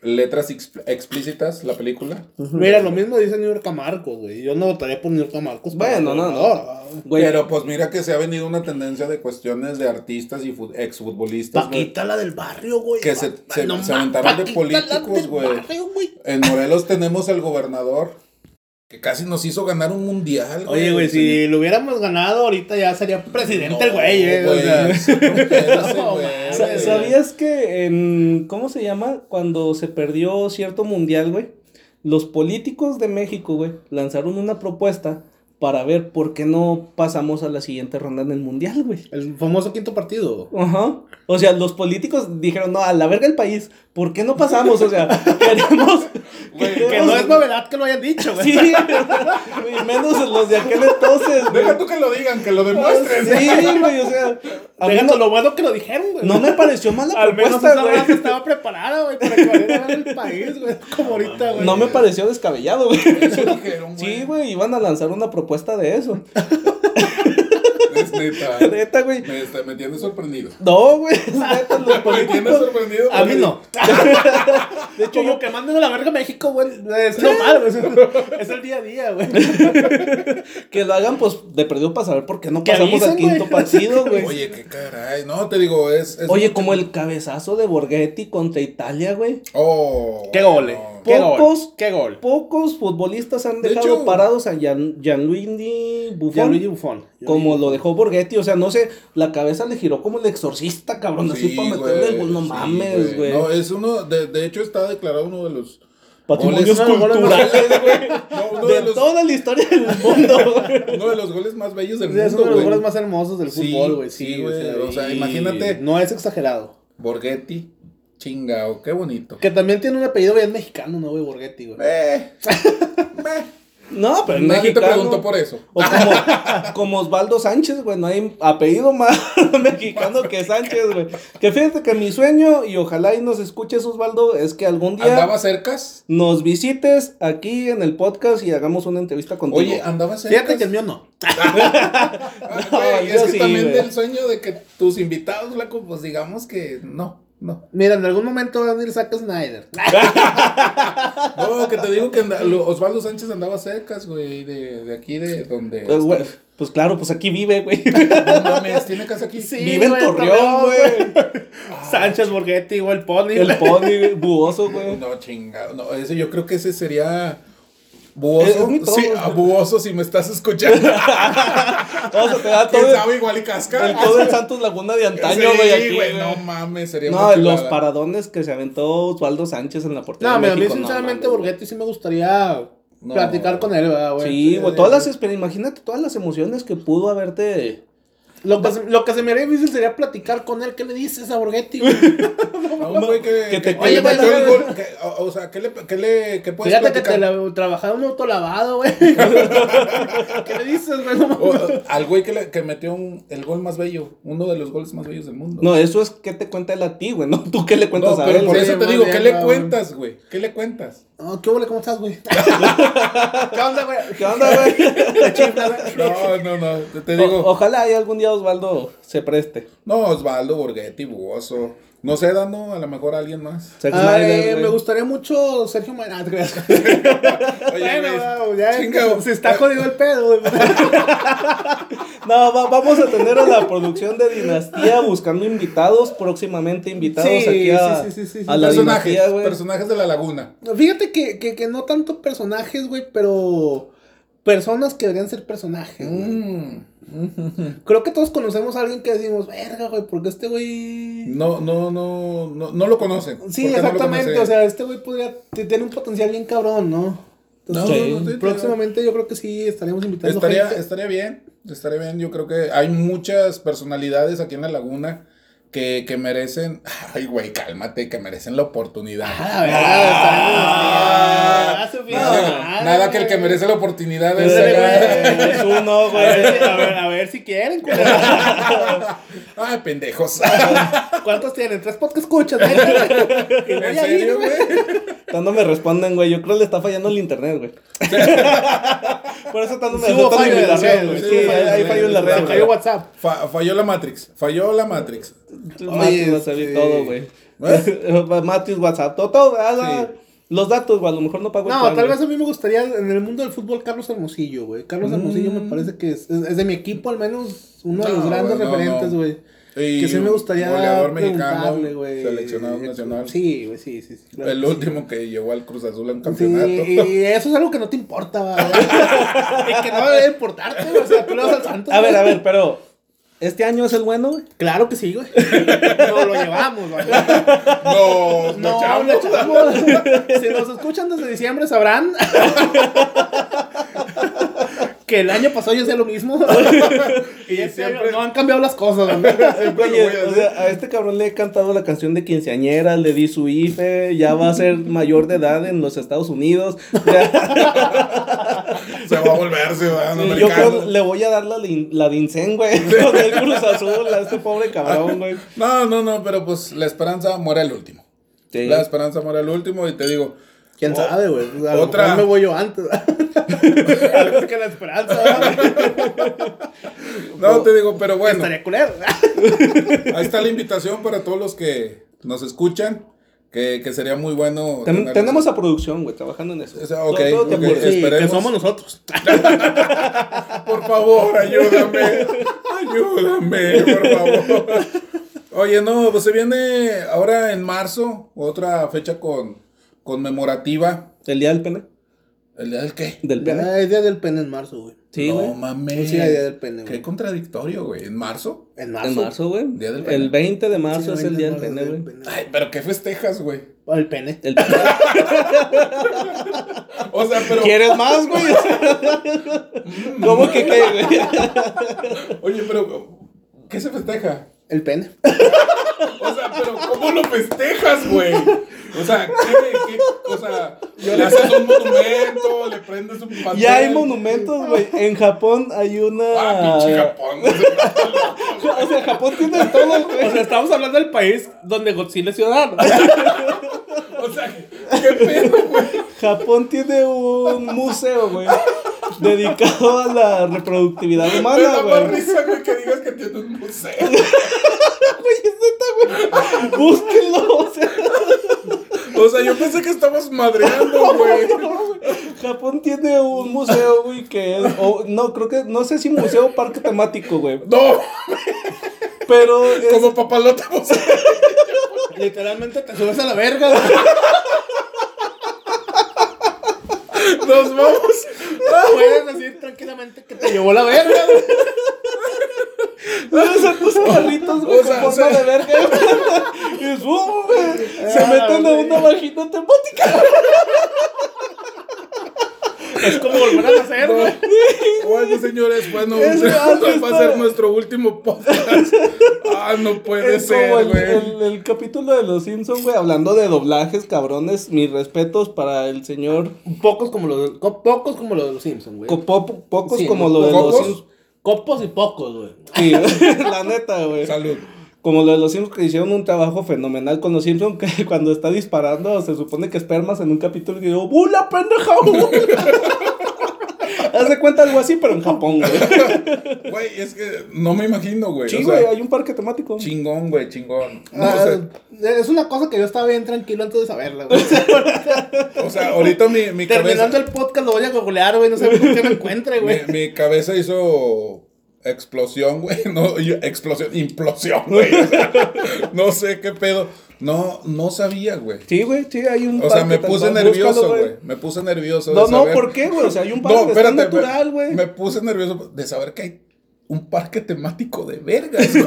S2: letras exp- explícitas, la película.
S3: Mira, lo mismo dice New York Marcos, güey. Yo no votaría por New York Marcos. pero
S1: Bueno, no, no.
S3: gobernador, güey.
S1: Güey,
S2: Pero pues mira que se ha venido una tendencia de cuestiones de artistas y fut-
S1: Pues,
S2: exfutbolistas. güey.
S3: Paquita la del barrio, güey.
S2: Que se-
S3: Pa-
S2: se-
S3: no
S2: se
S3: ma-
S2: aventaron de
S3: Paquita la del
S2: políticos, güey.
S3: barrio, güey.
S2: En Morelos tenemos al gobernador que casi nos hizo ganar un mundial.
S3: Oye, güey,
S2: Sí.
S3: si lo hubiéramos ganado ahorita ya sería presidente el güey, eh,
S2: güey,
S3: o sea.
S2: sí, no, espérate,
S3: No,
S2: güey.
S3: mames.
S1: Sa- ¿Sabías que en. ¿Cómo se llama? Cuando se perdió cierto mundial, güey. Los políticos de México, güey, lanzaron una propuesta para ver por qué no pasamos a la siguiente ronda en el mundial, güey.
S3: El famoso quinto partido.
S1: Ajá. O sea, los políticos dijeron, no, a la verga el país, ¿por qué no pasamos? O sea, *laughs* queremos.
S2: Güey,
S1: queremos-
S3: Que no es novedad que lo hayan dicho, *laughs* güey.
S1: Sí, güey, menos los de aquel entonces, güey.
S2: Deja tú que lo digan, que lo demuestres.
S1: Sí, güey, o sea. a mí
S3: Déjate
S1: no,
S3: lo bueno que lo dijeron, güey.
S1: no me pareció mala
S3: Al menos
S1: propuesta,
S3: esa
S1: güey.
S3: raza estaba preparada, güey, para que valiera el país, güey. Como ahorita, güey.
S1: No me pareció descabellado, güey.
S2: Eso dijeron,
S1: Sí, güey, iban a lanzar una propuesta de eso. *laughs*
S2: Es neta.
S1: Neta, güey.
S2: Me, está- me tiene sorprendido.
S1: No, güey, es neta,
S3: *laughs*
S1: los
S2: Me tiene
S1: políticos.
S2: sorprendido.
S3: A mí no.
S1: *laughs* De hecho,
S3: Como
S1: yo, Eh,
S3: que manden a la verga a México, güey. Es normal, güey. Es el día a día, güey.
S1: que lo hagan, pues, de perdido para saber por qué no
S3: Que
S1: pasamos
S3: avisen,
S1: al quinto
S3: güey. *laughs*
S1: partido, güey. Oye,
S2: Oye, qué caray. No, te digo, es. es
S1: Pues. como el cabezazo de Borghetti contra Italia, güey.
S2: Oh.
S3: *laughs* Qué gole.
S2: no.
S3: Qué gol. eh.
S1: Pocos-
S3: Qué gol.
S1: Pocos futbolistas han
S2: De
S1: dejado
S2: hecho-
S1: parados a Gian- Gianluigi Buffon.
S3: Gianluigi Buffon.
S1: Como lo dejó Borghetti, o sea, no sé, la cabeza le giró como el exorcista, cabrón, así
S2: Sí,
S1: para
S2: güey,
S1: meterle el gol, no
S2: sí,
S1: mames, güey.
S2: No, es uno. De, de hecho, está declarado uno de los.
S1: Patrimonios
S2: goles-
S1: culturales, güey.
S2: No, uno,
S1: De
S2: de los,
S1: toda la historia del mundo, *laughs* güey.
S2: uno de los goles más bellos del
S3: Sí, es
S2: mundo.
S3: uno de
S2: güey.
S3: los goles más hermosos del
S2: Sí,
S3: fútbol, güey.
S2: sí,
S3: Sí,
S2: güey, o sea,
S3: y
S2: imagínate.
S3: No es exagerado.
S2: Borghetti. Chingao, qué bonito.
S3: Que también tiene un apellido bien mexicano, ¿no, güey? Borghetti, güey.
S2: Eh,
S3: *laughs*
S2: meh.
S1: No, pero
S2: Nadie
S1: mexicano.
S2: te preguntó por eso.
S1: O como, como Osvaldo Sánchez, güey, no hay apellido más *laughs* mexicano que Sánchez, güey. Que fíjate que mi sueño, y ojalá y nos escuches, Osvaldo, es que algún día
S2: ¿Andaba cercas?
S1: nos visites aquí en el podcast y hagamos una entrevista contigo.
S2: Oye, ¿andaba cercas?
S3: Fíjate que el mío no.
S2: Ah,
S1: No,
S2: güey, es
S1: yo
S2: que
S1: sí,
S2: también
S1: güey.
S2: del sueño de que tus invitados, Flaco, pues digamos que no,
S3: *laughs*
S2: no.
S3: Mira, en algún momento van a ir Zack Snyder.
S2: No, que te digo que anda- lo- Osvaldo Sánchez andaba cercas, güey, de, de aquí, de donde...
S1: pues, güey, pues claro, pues aquí vive, güey. *laughs*
S2: No mames, tiene casa aquí.
S3: Sí.
S1: vive en
S3: güey,
S1: Torreón,
S3: Torreón,
S1: güey.
S3: *laughs* Sánchez Borghetti, güey, el pony.
S1: Ah, El
S3: güey.
S1: pony, güey, buoso, güey.
S2: No, chingado, no, ese yo creo que ese sería...
S1: Es- es
S2: Buoso,
S1: mi todo,
S2: sí,
S1: güey.
S2: ah, buoso si me estás
S3: *laughs*
S2: escuchando.
S1: O sea, te da todo
S2: ¿Quién
S1: el,
S2: sabe igual y casca?
S1: el- todo el Santos Laguna de antaño,
S2: Sí,
S1: güey, aquí,
S2: güey,
S1: güey.
S2: No mames, sería
S1: No,
S2: una
S1: los
S2: chulada.
S1: paradones que se aventó Osvaldo Sánchez en la portería.
S3: No,
S1: de
S3: mira, a mí
S1: México, no
S3: sinceramente
S1: mames,
S3: Borghetti sí me gustaría
S2: No.
S3: platicar con él, ¿verdad, güey.
S1: Sí, güey, todas las exper- imagínate todas las emociones que pudo haberte.
S3: Lo que, se- lo que se me haría difícil sería platicar con él. ¿Qué le dices a Borghetti, güey? *laughs*
S2: A un güey que,
S1: Que te
S2: que-
S1: oye,
S2: que
S3: güey,
S2: metió
S3: la-
S2: el gol, que- o, o sea, ¿qué le, qué le qué puedes
S3: Fíjate que te
S2: platicar?
S3: Pues la, trabajaba un autolavado, güey. ¿Qué le dices, güey? No mames.
S2: O, o, al güey que, le- que metió un- el gol más bello, uno de los goles más bellos del mundo.
S1: No, eso es que te cuenta él a ti, güey, *laughs* no tú qué le cuentas
S2: No,
S1: a
S2: pero
S1: él.
S2: por
S1: güey?
S2: eso te
S3: más
S2: digo,
S3: bien,
S2: ¿qué le
S3: cabrón.
S2: cuentas, güey? ¿Qué le cuentas?
S3: No, ¿Qué huele? ¿Cómo estás, güey? *laughs* ¿Qué onda, güey?
S1: ¿Qué onda, güey? *laughs*
S2: No, no, no, te, te
S1: O-
S2: digo,
S1: ojalá y algún día Osvaldo se preste.
S2: no, Osvaldo Borghetti, Buoso, no sé, dando a lo mejor a alguien más.
S1: Zack
S3: Ah,
S1: Snyder,
S3: eh,
S1: güey.
S3: me gustaría mucho Sergio Maynard.
S2: güey,
S3: *laughs* *laughs* bueno, güey, ya
S2: chinga,
S3: se está jodido el pedo, güey.
S1: No, va- vamos a tener a la producción de Dinastía buscando invitados, próximamente invitados
S3: Sí,
S1: aquí a,
S3: sí, sí, sí, sí.
S1: a la
S2: personajes,
S1: Dinastía, güey.
S2: personajes de la laguna.
S3: Fíjate que, que, que no tanto personajes, güey, pero personas que deberían ser personajes. güey.
S2: Mm.
S3: Creo que todos conocemos a alguien que decimos, verga, güey, porque este güey.
S2: No, no, no, no, no lo conocen. ¿Por qué
S3: Sí,
S2: no lo
S3: exactamente.
S2: conocen?
S3: o sea, este güey podría. t- Tiene un potencial bien cabrón, ¿no?
S2: No,
S1: Sí.
S2: no, no, sí, te-
S3: pues, Próximamente yo creo que sí estaremos invitando
S2: Estaría,
S3: gente.
S2: estaría bien, estaría bien. Yo creo que hay muchas personalidades aquí en la laguna que, que merecen. Ay, güey, cálmate, que merecen la oportunidad.
S3: Ah, verdad, está bien,
S2: No,
S3: hostia. Ah, su madre,
S2: nada que el
S3: güey.
S2: que merece la oportunidad es
S3: Ándale,
S2: el-
S3: güey.
S1: Es uno,
S3: *laughs* A ver,
S1: güey.
S3: a ver, a ver si quieren, culero.
S2: *laughs* Ay, pendejos.
S3: ¿Cuántos tienen? Tres podcasts escuchas, ¿eh? Y
S2: *laughs* ¿En
S3: voy a ir,
S2: serio,
S3: güey.
S2: güey?
S1: Tanto me responden, güey. Yo creo que le está fallando el internet,
S3: *laughs*
S1: güey. Por eso tanto me
S3: Sí hubo
S1: aceptan mi
S3: fallo en la
S1: invitación,
S3: red,
S1: güey.
S3: güey.
S1: Sí,
S3: Sí,
S1: ahí
S2: sí,
S1: falló en la
S2: sí,
S1: red,
S2: sí,
S3: Se
S1: güey.
S3: cayó WhatsApp.
S2: Fa- falló la Matrix. Falló la Matrix.
S1: Matthews, WhatsApp y
S3: este-
S1: todo, güey. *laughs*
S2: ¿Eh?
S1: Matthews, WhatsApp, todo, todo, ah,
S2: Sí.
S1: Los datos, güey, a lo mejor no pago el
S3: No,
S1: plan,
S3: tal
S1: güey.
S3: vez a mí me gustaría en el mundo del fútbol Carlos Hermosillo, güey.
S2: Mm.
S3: Carlos Hermosillo me parece que es, es- es de mi equipo, al menos uno de
S2: No,
S3: los grandes
S2: güey, no,
S3: referentes,
S2: no.
S3: güey.
S2: Y
S3: Que sí me gustaría
S2: Goleador mexicano,
S3: preguntarle, güey. eh,
S2: seleccionado nacional.
S3: Sí, güey, sí, sí. sí, claro
S2: el
S3: que sí.
S2: último que llevó al Cruz Azul a un
S3: Sí,
S2: campeonato.
S3: y eso es algo que no te importa, *laughs* va, güey. y que no debe importarte, güey. O sea, tú le vas al Santos.
S1: A
S3: güey.
S1: ver, a ver, pero. ¿Este año es el bueno, güey?
S3: Claro que sí, güey. *laughs* No lo llevamos, güey.
S2: *laughs*
S3: *laughs*
S2: No, no,
S3: No,
S2: chavo.
S3: lo echamos. Si nos escuchan desde diciembre sabrán *laughs* que el año pasado yo hacía lo mismo. y este
S2: siempre-
S3: año no han cambiado las cosas. güey.
S2: Siempre lo
S1: Oye,
S2: voy a
S1: o
S2: hacer.
S1: sea, a este cabrón le he cantado la canción de quinceañera, le di su IFE, ya va a ser mayor de edad en los Estados Unidos. *laughs* Ya-
S2: Se va a volver ciudadano
S1: yo
S2: americano.
S1: creo le voy a dar la, de- la de Incen, güey, *laughs* con el Cruz Azul a este pobre cabrón, güey.
S2: No, no, no, pero pues la esperanza muere el último.
S1: Sí.
S2: La esperanza muere el último y te digo,
S3: ¿Quién
S2: O-
S3: sabe, güey? A lo
S2: otra.
S3: mejor me voy yo *laughs* antes. es que la esperanza ¿verdad?
S2: no, te digo, pero bueno,
S3: estaría culero.
S2: ahí está la invitación para todos los que nos escuchan, que, que sería muy bueno.
S1: Ten-
S2: tener-
S1: tenemos a producción, güey, trabajando en eso.
S2: O sea, ok,
S1: Todo- todo te
S2: ok.
S3: eh,
S1: apuro.
S2: Sí, esperemos.
S3: que somos nosotros.
S2: Por favor,
S3: *laughs*
S2: ayúdame, ayúdame, por favor. Oye, no, pues se viene ahora en marzo, otra fecha con conmemorativa.
S1: ¿El día del pene?
S2: ¿El día del qué?
S1: ¿Del pene?
S3: Ah, Es día del pene en marzo, güey.
S1: Sí, güey.
S2: no mames.
S3: Sí, el día del pene,
S2: Qué
S3: güey.
S2: contradictorio, güey. ¿En marzo?
S3: En
S1: En
S3: marzo.
S1: marzo, güey.
S2: Día del pene.
S1: El 20 de marzo
S3: Sí,
S1: es el día del
S3: marzo
S1: pene,
S3: es
S1: güey.
S2: Ay, pero ¿qué festejas, güey?
S3: El pene.
S1: El pene.
S2: O sea, *laughs* pero.
S1: ¿Quieres más,
S2: *laughs*
S1: güey? ¿Cómo que qué, güey?
S2: Oye, pero. ¿Qué se festeja?
S3: El pene.
S2: O sea, pero ¿cómo lo festejas, güey? O sea, ¿qué, qué, o sea, le haces un monumento, le prendes un pastel.
S1: Ya hay monumentos, güey. En Japón hay una.
S2: Ah, pinche Japón. güey.
S1: *laughs* O sea, Japón tiene de todo, güey.
S3: O sea, *laughs* estamos hablando del país donde Godzilla es ciudadano.
S2: O sea, qué pedo, güey.
S1: Japón tiene un museo, güey. Dedicado a la reproductividad
S2: Me da
S1: humana,
S2: más
S1: güey.
S2: risa, güey, que digas que tiene un museo.
S1: Güey, es neta, güey. Búsquenlo. O sea,
S2: O sea, yo pensé que estabas
S1: *laughs*
S2: madreando, güey.
S1: Japón tiene un museo, güey, que es. o- no, creo que. No sé si museo o parque temático, güey.
S2: No,
S1: Pero. es-
S2: como papalote museo.
S3: Literalmente te subes a la verga, güey. *laughs*
S1: *laughs*
S2: Nos vamos.
S3: Puedes decir tranquilamente que te llevó la verga, güey.
S1: Luego se puso barritos, güey,
S2: O sea,
S1: con
S2: o
S1: forma
S2: sea-
S1: de verga. *laughs* Y es, "Uh, güey, Se
S3: Ah,
S1: meten a
S3: güey.
S1: una vagina temática.
S3: Es como volver a nacer, güey.
S2: Bueno, señores, bueno,
S1: Es real,
S2: *laughs* va a
S1: está-
S2: ser nuestro último podcast. Ah, no puede
S1: Es
S2: ser,
S1: como el,
S2: güey.
S1: el- el capítulo de Los Simpsons, güey, hablando de doblajes, cabrones. Mis respetos para el señor.
S3: Pocos como los, co- pocos como los de los Simpsons, güey.
S1: Co- po- pocos
S3: Sí,
S1: como lo de los
S2: ¿Pocos?
S1: Simpsons.
S3: Copos y pocos, güey.
S1: Sí, *laughs* la neta, güey.
S2: Salud.
S1: Como lo de los Simpsons que hicieron un trabajo fenomenal con los Simpsons, que *laughs* cuando está disparando se supone que espermas en un capítulo que digo, ¡Bula, *laughs* pendeja! Haz de cuenta algo así, pero en Japón, güey.
S2: Güey, es que no me imagino, güey.
S1: Sí,
S2: o sea,
S1: güey, hay un parque temático.
S2: chingón, güey, chingón. No,
S3: Ah,
S2: o, sea,
S3: es una cosa que yo estaba bien tranquilo antes de saberla, güey. *laughs*
S2: o sea, ahorita mi, mi cabeza.
S3: Terminando el podcast lo voy a googlear, güey. No sé por qué me encuentre, güey.
S2: Mi, mi cabeza hizo explosión, güey. *laughs* No, yo- explosión, implosión, güey. O sea, no sé qué pedo. No, no sabía, güey.
S1: Sí, güey, sí, hay un
S2: O sea,
S1: parque
S2: me puse
S1: temático.
S2: nervioso,
S1: Búscalo,
S2: güey. Me puse nervioso.
S1: No,
S2: de
S1: no,
S2: saber-
S1: ¿por qué, güey? O sea, hay un parque
S2: *laughs* No, espérate.
S1: de
S2: me-
S1: natural, güey.
S2: Me puse nervioso de saber que hay un parque temático de vergas,
S1: *laughs*
S2: güey.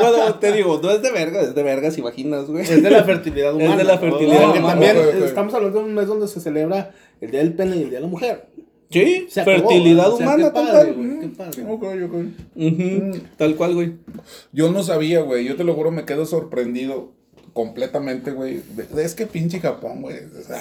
S1: Bueno, te digo, no es de vergas, es de vergas, imaginas, güey.
S3: Es de la
S1: *laughs*
S3: fertilidad
S1: Es
S3: humana.
S1: de la
S3: ¿no?
S1: fertilidad
S3: Porque
S2: humana.
S3: también
S2: Ok, ok.
S3: estamos hablando de un mes donde se celebra el Día del Pene y el Día de la Mujer.
S1: Sí,
S3: Se acabó,
S1: fertilidad
S3: o sea,
S1: humana,
S3: qué
S1: tal
S3: padre,
S1: cual.
S3: güey, qué padre.
S2: Ok, ok. Mm.
S1: Ujú, Tal cual, güey.
S2: Yo no sabía, güey. Yo te lo juro, me quedo sorprendido completamente, güey. De- Es que pinche Japón, güey.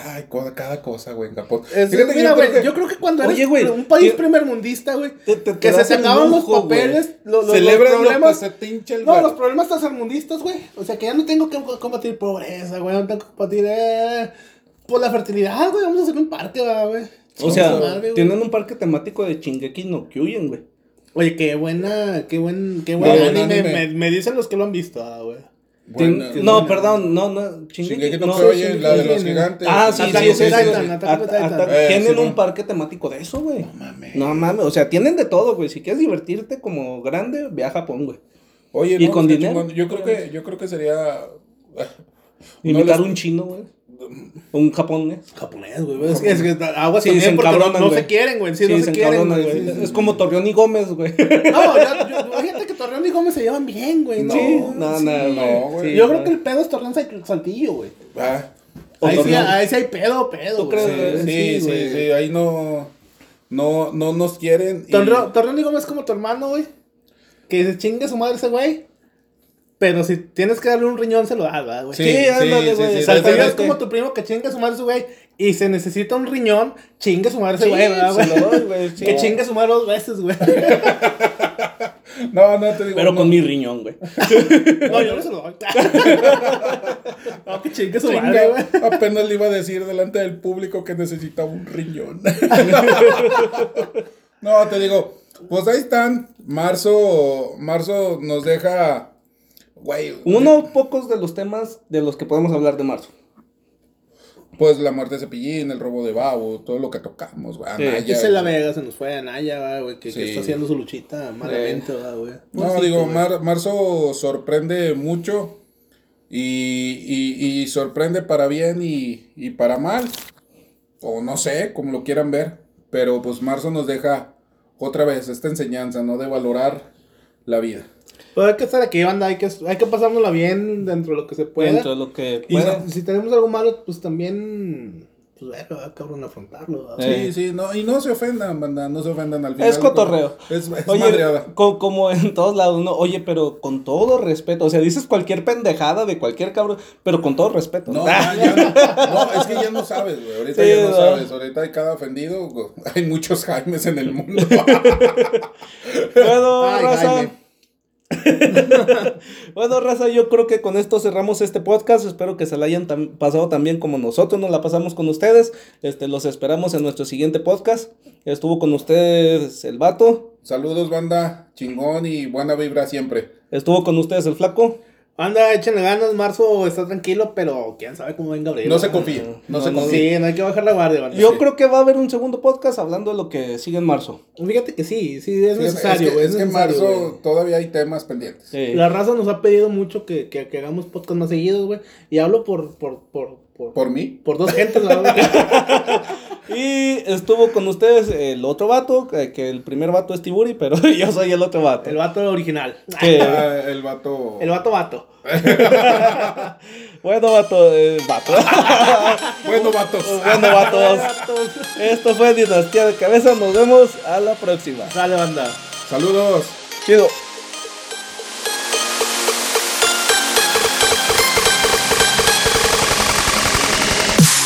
S2: Ay, cosa- cada cosa, güey, en Japón.
S3: Es-
S2: Fíjate que
S3: mira,
S2: yo creo
S3: güey,
S2: que-
S3: yo creo que cuando eres
S1: Oye, güey,
S3: un país
S1: que-
S3: primermundista, güey,
S1: Te- te- te
S3: que se
S1: das el
S3: sacaban los
S1: lujo, güey.
S3: papeles, lo- lo- los,
S2: Celebras lo que
S3: problemas.
S2: se te hincha el
S3: no,
S2: huevo.
S3: los problemas tercermundistas, güey. O sea, que ya no tengo que co- combatir pobreza, güey. No tengo que combatir. Eh, por la fertilidad, güey. Vamos a hacer un parque, va, güey.
S1: O
S2: Son
S1: sea,
S2: su
S3: madre, güey.
S1: tienen un parque temático de Shingeki no Kyojin, güey.
S3: Oye, qué buena, qué buen, qué buen
S2: Qué buen
S3: anime.
S2: anime.
S3: Me, me dicen los que lo han visto, ah, güey.
S1: Tien-
S2: Bueno,
S1: no,
S2: bueno.
S1: perdón, no, no, Shingeki,
S2: Shingeki no
S1: no,
S2: Kyojin,
S1: sí,
S2: la de
S1: sí,
S2: los
S1: sí.
S2: gigantes.
S1: Ah, sí,
S3: Attack
S1: sí,
S3: on
S1: sí, sí,
S3: Titan,
S1: sí.
S3: Attack on
S1: At-
S3: Titan.
S1: Attack-
S2: Eh,
S1: Tienen
S2: Simón.
S1: un parque temático de eso, güey. No
S2: mames.
S1: mames. o sea, tienen de todo, güey. Si quieres divertirte como grande, ve a Japón, güey.
S2: Oye,
S1: Y
S2: no,
S1: con
S2: está
S1: dinero.
S2: chingón. Yo creo que, yo creo que sería.
S1: Imitar
S2: les-
S1: un chino, güey. Un japonés.
S3: Japonés, güey. Es que, es que aguas
S1: Sí, se
S3: también porque no,
S1: encabronan,
S3: no
S1: güey.
S3: se quieren, güey. Sí,
S1: Sí,
S3: no
S1: se
S3: se, quieren,
S1: encabronan,
S3: güey.
S1: güey.
S3: Sí, sí,
S1: Es como Torreón y Gómez, güey. *laughs*
S3: No, yo, yo, fíjate que Torreón y Gómez se llevan bien, güey. ¿no?
S1: Sí, no,
S2: sí,
S1: no,
S2: no,
S1: güey.
S2: güey.
S1: Sí,
S3: yo
S1: güey.
S3: creo que el pedo es Torreón Sa- Saltillo, güey.
S2: Ah,
S1: O
S3: Ahí sí,
S1: Torreón.
S3: ahí sí hay pedo, pedo.
S1: ¿Tú
S3: güey.
S1: crees,
S2: sí,
S1: güey?
S2: sí,
S1: sí,
S2: sí,
S1: güey.
S2: sí, Ahí no. No, no nos quieren. y-
S3: Torreón, Torreón y Gómez es como tu hermano, güey. Que se chingue su madre ese güey. Pero si tienes que darle un riñón, se lo das, ¿verdad, güey.
S2: Sí,
S1: Sí, ándale,
S2: sí, sí,
S1: güey.
S2: sí,
S3: Saltillo es
S2: exactamente.
S3: como tu primo que chingue su madre ese güey. Y se necesita un riñón, chingue su madre ese
S1: Sí,
S3: güey, ¿verdad,
S1: se lo
S3: güey?
S1: doy, güey, sí.
S3: Que chingue su madre dos veces, güey.
S2: No, no te digo.
S1: Pero
S2: no.
S1: con mi riñón, güey.
S3: No, yo no se *laughs* lo doy. No, Ah, que chingue su
S2: Chinga,
S3: madre, güey.
S2: apenas le iba a decir delante del público que necesitaba un riñón. no, te digo, pues ahí están. Marzo, marzo nos deja, güey,
S1: Uno pocos de los temas de los que podemos hablar de marzo.
S2: pues la muerte de Cepillín, el robo de Babo, todo lo que tocamos, güey.
S1: Sí,
S2: Anaya,
S3: Dice la
S2: güey.
S3: Vega, se nos fue a Naya, güey, que, que
S2: Sí. Eh.
S3: está haciendo su luchita malamente, ¿verdad, güey.
S2: No, digo, mar- marzo sorprende mucho y, y- y sorprende para bien y, y para mal, o no sé, como lo quieran ver, pero pues marzo nos deja otra vez esta enseñanza, ¿no? De valorar la vida.
S3: Pero Pues hay que estar aquí, banda, hay que, hay que pasárnosla bien dentro de lo que se pueda.
S1: Dentro de lo que
S3: y
S1: pueda.
S3: si, si tenemos algo malo, pues también, pues bueno, ¿verdad, cabrón, afrontarlo. ¿verdad?
S1: Eh.
S2: Sí, sí, no, y no se ofendan, banda, no se ofendan al final.
S1: Es cotorreo.
S2: Es, es
S1: Oye,
S2: madreada.
S1: co- como en todos lados, ¿no? Oye, pero con todo respeto, o sea, dices cualquier pendejada de cualquier cabrón, pero con todo respeto. *laughs*
S2: No,
S1: Ah,
S2: ya, ya no, no, es que ya no sabes, güey. Ahorita
S1: Sí,
S2: ya no
S1: no.
S2: sabes. Ahorita hay cada ofendido. *laughs* güey. Hay muchos Jaimes en el mundo.
S1: Bueno,
S3: Ay,
S1: raza.
S3: Jaime.
S1: Bueno, raza, *laughs* yo creo que con esto cerramos este podcast. Espero que se la hayan tam- pasado tan bien como nosotros nos la pasamos con ustedes. Este, los esperamos en nuestro siguiente podcast. Estuvo con ustedes el vato,
S2: Saludos, banda. Chingón y buena vibra siempre.
S1: estuvo con ustedes el flaco.
S3: Anda, échenle ganas, marzo está tranquilo, pero quién sabe cómo venga abril.
S2: No se
S3: ¿verdad?
S2: confíen. No,
S1: No,
S2: se
S1: no,
S2: confíen.
S3: Sí, no hay que bajar la guardia, banda.
S1: Yo
S2: Sí.
S1: creo que va a haber un segundo podcast hablando de lo que sigue en marzo.
S3: Fíjate que sí, sí, es
S2: Sí, es-
S3: necesario,
S2: es que,
S3: güey.
S2: es que en
S3: necesario,
S2: marzo
S3: güey.
S2: todavía hay temas pendientes.
S1: Sí.
S3: La raza nos ha pedido mucho que, que, que hagamos podcast más seguidos, güey. Y hablo por, por, por, por,
S2: Por mí.
S3: por dos gentes, la verdad.
S1: Y estuvo con ustedes el otro vato, eh, que, que el primer vato es Tiburi, pero *laughs* yo soy el otro vato.
S3: El vato original.
S1: *laughs* Que-
S2: Ah, el vato.
S3: El vato vato.
S1: bueno, vato, eh, vato. *laughs*
S2: Bueno, vatos.
S1: bueno, vatos. Esto fue Dinastía de Cabeza. Nos vemos a la próxima.
S3: Dale, banda.
S2: Saludos.
S1: Chido.